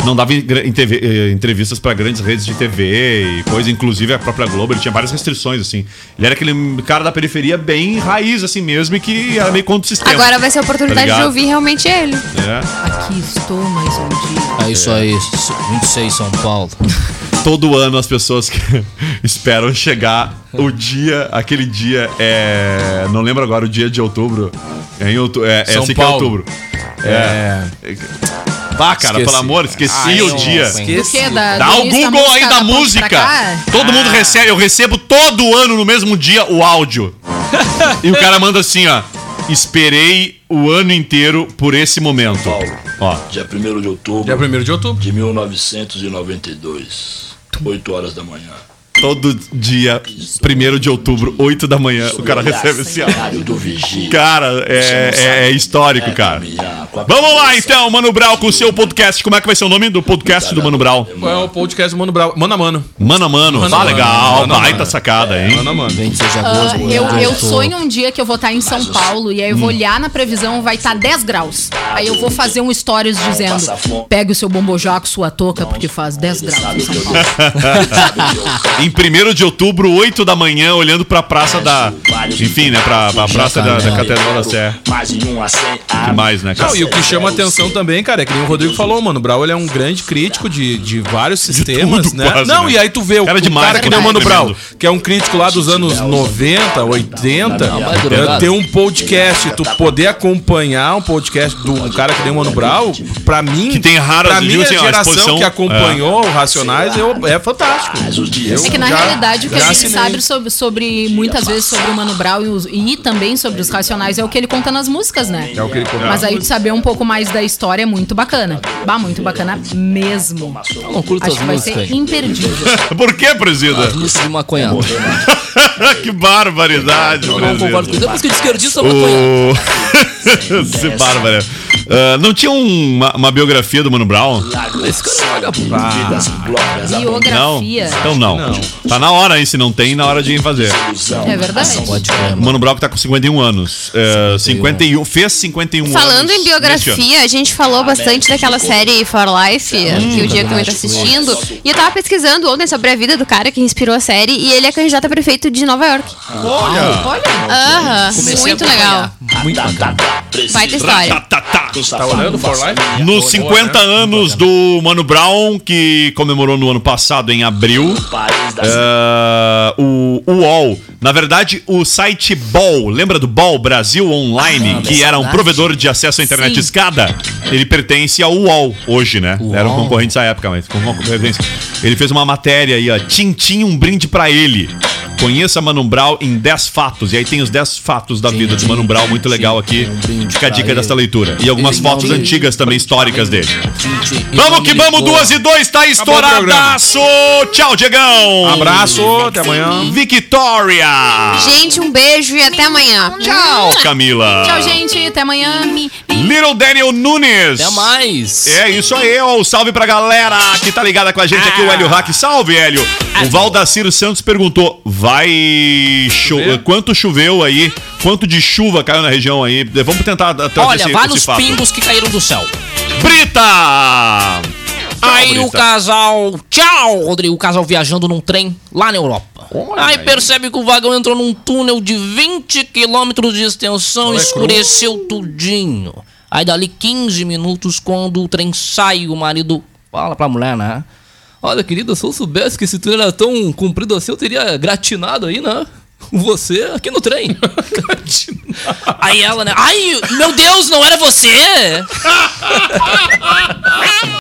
[SPEAKER 4] Não dava em gra- em TV eh, entrevistas pra grandes redes de TV e coisa, inclusive a própria Globo, ele tinha várias restrições, assim. Ele era aquele cara da periferia bem raiz, assim mesmo, e que era meio contra o sistema.
[SPEAKER 8] Agora vai ser a oportunidade
[SPEAKER 4] Obrigado.
[SPEAKER 8] de ouvir realmente ele.
[SPEAKER 4] É.
[SPEAKER 7] Aqui estou mais um dia.
[SPEAKER 5] É isso aí, S- 26 São Paulo.
[SPEAKER 4] Todo ano as pessoas que [laughs] esperam chegar o dia, aquele dia é. Não lembro agora o dia de outubro. É em outubro. É, é
[SPEAKER 6] São
[SPEAKER 4] assim que é
[SPEAKER 6] Paulo.
[SPEAKER 4] outubro.
[SPEAKER 6] É.
[SPEAKER 4] Tá, cara,
[SPEAKER 6] Esqueci.
[SPEAKER 4] pelo amor, esqueci
[SPEAKER 5] Ah,
[SPEAKER 4] o
[SPEAKER 5] eu-
[SPEAKER 4] dia.
[SPEAKER 7] Do quê? Da-
[SPEAKER 4] Dá
[SPEAKER 7] do
[SPEAKER 4] o
[SPEAKER 7] início da
[SPEAKER 4] Google aí da
[SPEAKER 7] da ponte tá pra
[SPEAKER 4] música.
[SPEAKER 7] cá?
[SPEAKER 4] Todo
[SPEAKER 6] Ah.
[SPEAKER 4] mundo recebe, eu recebo todo ano no mesmo dia o
[SPEAKER 6] [laughs]
[SPEAKER 4] áudio. e o cara manda assim, ó. Esperei o ano inteiro por esse momento. Ó,
[SPEAKER 2] Dia 1 de outubro
[SPEAKER 6] Dia 1 de outubro.
[SPEAKER 2] de 1992, 8 horas da manhã.
[SPEAKER 4] todo dia, 1 de outubro, 8 da manhã, o
[SPEAKER 6] é
[SPEAKER 4] cara recebe esse áudio.
[SPEAKER 2] Horário do vigia.
[SPEAKER 4] Cara, é, é histórico, cara.
[SPEAKER 6] é
[SPEAKER 4] Vamos lá então, Mano Brau, com o seu podcast. Como é que vai ser o nome do podcast do Mano Brau?
[SPEAKER 6] É o podcast do Mano Brown. Mano a mano.
[SPEAKER 4] Mano a mano.
[SPEAKER 6] Mano a
[SPEAKER 4] Tá
[SPEAKER 6] Mano,
[SPEAKER 4] legal,
[SPEAKER 6] Mano a
[SPEAKER 4] baita
[SPEAKER 6] Mano.
[SPEAKER 4] sacada, hein?
[SPEAKER 6] Mano a mano.
[SPEAKER 5] 26 de
[SPEAKER 7] Ah,
[SPEAKER 5] agosto.
[SPEAKER 7] eu,
[SPEAKER 5] Boa
[SPEAKER 7] eu
[SPEAKER 5] noite.
[SPEAKER 7] sonho um dia que eu vou estar em São Paulo e aí
[SPEAKER 6] Hum.
[SPEAKER 7] eu vou olhar na previsão vai estar 10 graus. Aí eu vou fazer um stories dizendo: pegue o seu bombojaco, sua touca, porque faz 10 graus em São Paulo.
[SPEAKER 4] [laughs] Em 1 de outubro, 8 da manhã, olhando pra praça da. Enfim, né? Pra, pra praça da, da Catedral da Sé.
[SPEAKER 2] um
[SPEAKER 4] Que mais, né, cara?
[SPEAKER 6] Ah. Não, e o que chama atenção também, cara, é que nem o Rodrigo falou, mano, o Brau ele é um grande crítico de, de vários sistemas,
[SPEAKER 4] tudo
[SPEAKER 6] né?
[SPEAKER 4] quase,
[SPEAKER 6] não,
[SPEAKER 4] né?
[SPEAKER 6] e aí tu vê o,
[SPEAKER 4] Cara
[SPEAKER 6] o
[SPEAKER 4] demais,
[SPEAKER 6] cara que nem o Mano
[SPEAKER 4] tremendo.
[SPEAKER 6] Brau, que é um crítico lá dos anos 90, 80,
[SPEAKER 5] madrugada.
[SPEAKER 6] é, ter um podcast, tu poder acompanhar um podcast do um cara que nem o Mano Brau, pra mim,
[SPEAKER 4] Que tem raras,
[SPEAKER 6] pra minha
[SPEAKER 4] viu, assim, ó,
[SPEAKER 6] geração
[SPEAKER 4] exposição, é.
[SPEAKER 6] que acompanhou o Racionais eu- é fantástico. Eu
[SPEAKER 7] É que na
[SPEAKER 6] já-
[SPEAKER 7] realidade o que a
[SPEAKER 6] já
[SPEAKER 7] gente
[SPEAKER 6] assinei.
[SPEAKER 7] sabe sobre, sobre muitas vezes sobre o Mano Brown e, os- e também sobre os Racionais é o que ele conta nas músicas, né?
[SPEAKER 6] É o que ele conta.
[SPEAKER 7] Mas aí saber um pouco mais da história é muito bacana. Bah, muito bacana mesmo.
[SPEAKER 5] Não curto
[SPEAKER 7] Ah, Acho
[SPEAKER 5] as
[SPEAKER 7] que vai
[SPEAKER 5] músicas.
[SPEAKER 7] ser imperdível.
[SPEAKER 4] [laughs] Por que, presida?
[SPEAKER 5] As músicas de maconha.
[SPEAKER 6] Ah,
[SPEAKER 4] [laughs] que barbaridade,
[SPEAKER 5] Não concordo com
[SPEAKER 4] presida.
[SPEAKER 5] Depois que o esquerdista é maconha.
[SPEAKER 4] O... [laughs] Esse bárbara. Ah, não tinha um- uma, uma biografia do Mano Brown?
[SPEAKER 5] Esse cara é vagabundo.
[SPEAKER 4] Não?
[SPEAKER 7] Biografia.
[SPEAKER 4] Então não. Tá na hora, hein? Se não tem, na hora de ir fazer.
[SPEAKER 7] É verdade.
[SPEAKER 5] Pode crer, mano.
[SPEAKER 4] Mano Brown que tá com 51 anos. É, 51, fez 51
[SPEAKER 8] Falando
[SPEAKER 4] anos.
[SPEAKER 8] em
[SPEAKER 4] neste ano.
[SPEAKER 8] biografia, a gente falou bastante daquela série For Life, que o Diego também tá assistindo. E eu tava pesquisando ontem sobre a vida do cara que inspirou a série, e ele é candidato a prefeito de Nova York.
[SPEAKER 4] Olha!
[SPEAKER 7] Olha,
[SPEAKER 8] Aham,
[SPEAKER 5] Comecei a
[SPEAKER 8] muito
[SPEAKER 5] acompanhar.
[SPEAKER 8] legal.
[SPEAKER 5] Muito bacana.
[SPEAKER 8] Vai ter
[SPEAKER 4] Tá,
[SPEAKER 8] história.
[SPEAKER 4] tá, tá.
[SPEAKER 6] Tá olhando For Life?
[SPEAKER 4] Nos 50
[SPEAKER 5] né?
[SPEAKER 4] anos do Mano Brown, que comemorou no ano passado, em abril. eh, o o UOL. Na verdade, o site Ball, lembra do Ball Brasil
[SPEAKER 5] Ah,
[SPEAKER 4] Online, que era um provedor de acesso à internet
[SPEAKER 8] Sim.
[SPEAKER 4] escada? Ele pertence ao UOL hoje, né? Era um
[SPEAKER 5] UOL.
[SPEAKER 4] concorrente da época, mas com concorrência. Ele fez uma matéria aí, ó. Tintim, um brinde pra ele. Conheça Mano Brown em 10 fatos. E aí tem os 10 fatos da vida do Mano Brown, muito legal aqui.
[SPEAKER 5] um brinde
[SPEAKER 4] Fica
[SPEAKER 5] pra
[SPEAKER 4] a dica
[SPEAKER 5] ele.
[SPEAKER 4] desta leitura. E algumas
[SPEAKER 5] Ele um não
[SPEAKER 4] fotos
[SPEAKER 5] ligou.
[SPEAKER 4] antigas também históricas dele.
[SPEAKER 5] Gente, e
[SPEAKER 4] Vamos
[SPEAKER 5] não
[SPEAKER 4] que
[SPEAKER 5] me
[SPEAKER 4] vamos,
[SPEAKER 5] ligou.
[SPEAKER 4] duas e dois, tá estouradaço! Tchau, Diegão!
[SPEAKER 6] Abraço, até amanhã.
[SPEAKER 4] Victoria!
[SPEAKER 8] Gente, um beijo e até amanhã.
[SPEAKER 4] Tchau, Camila!
[SPEAKER 7] Tchau, gente. Até amanhã.
[SPEAKER 4] Little Daniel Nunes!
[SPEAKER 5] Até mais.
[SPEAKER 4] É isso aí, ó. Um salve pra galera que tá ligada com a gente aqui, o
[SPEAKER 5] Ah.
[SPEAKER 4] Hélio Hack. Salve, Hélio!
[SPEAKER 5] Assim.
[SPEAKER 4] O Valdacir Santos perguntou: vai. cho-
[SPEAKER 6] Chover?
[SPEAKER 4] Quanto choveu aí? Quanto de chuva caiu na região aí? Vamos tentar trazer
[SPEAKER 5] Olha,
[SPEAKER 4] então, esse-
[SPEAKER 5] vá
[SPEAKER 4] esse
[SPEAKER 5] nos
[SPEAKER 4] fato.
[SPEAKER 5] pingos que caíram do céu.
[SPEAKER 4] Brita!
[SPEAKER 5] Aí o
[SPEAKER 4] bonita.
[SPEAKER 5] casal. Tchau, Rodrigo. O casal viajando num trem lá na Europa. aí percebe que o vagão entrou num túnel de 20 quilômetros de extensão, escureceu tudinho. Aí dali 15 minutos, quando o trem sai, o marido fala pra mulher, né? Olha, querida, se eu soubesse que esse trem era tão comprido assim, eu teria gratinado aí, né? Você aqui no trem. [laughs] aí ela, né? Ai, meu Deus, não era você!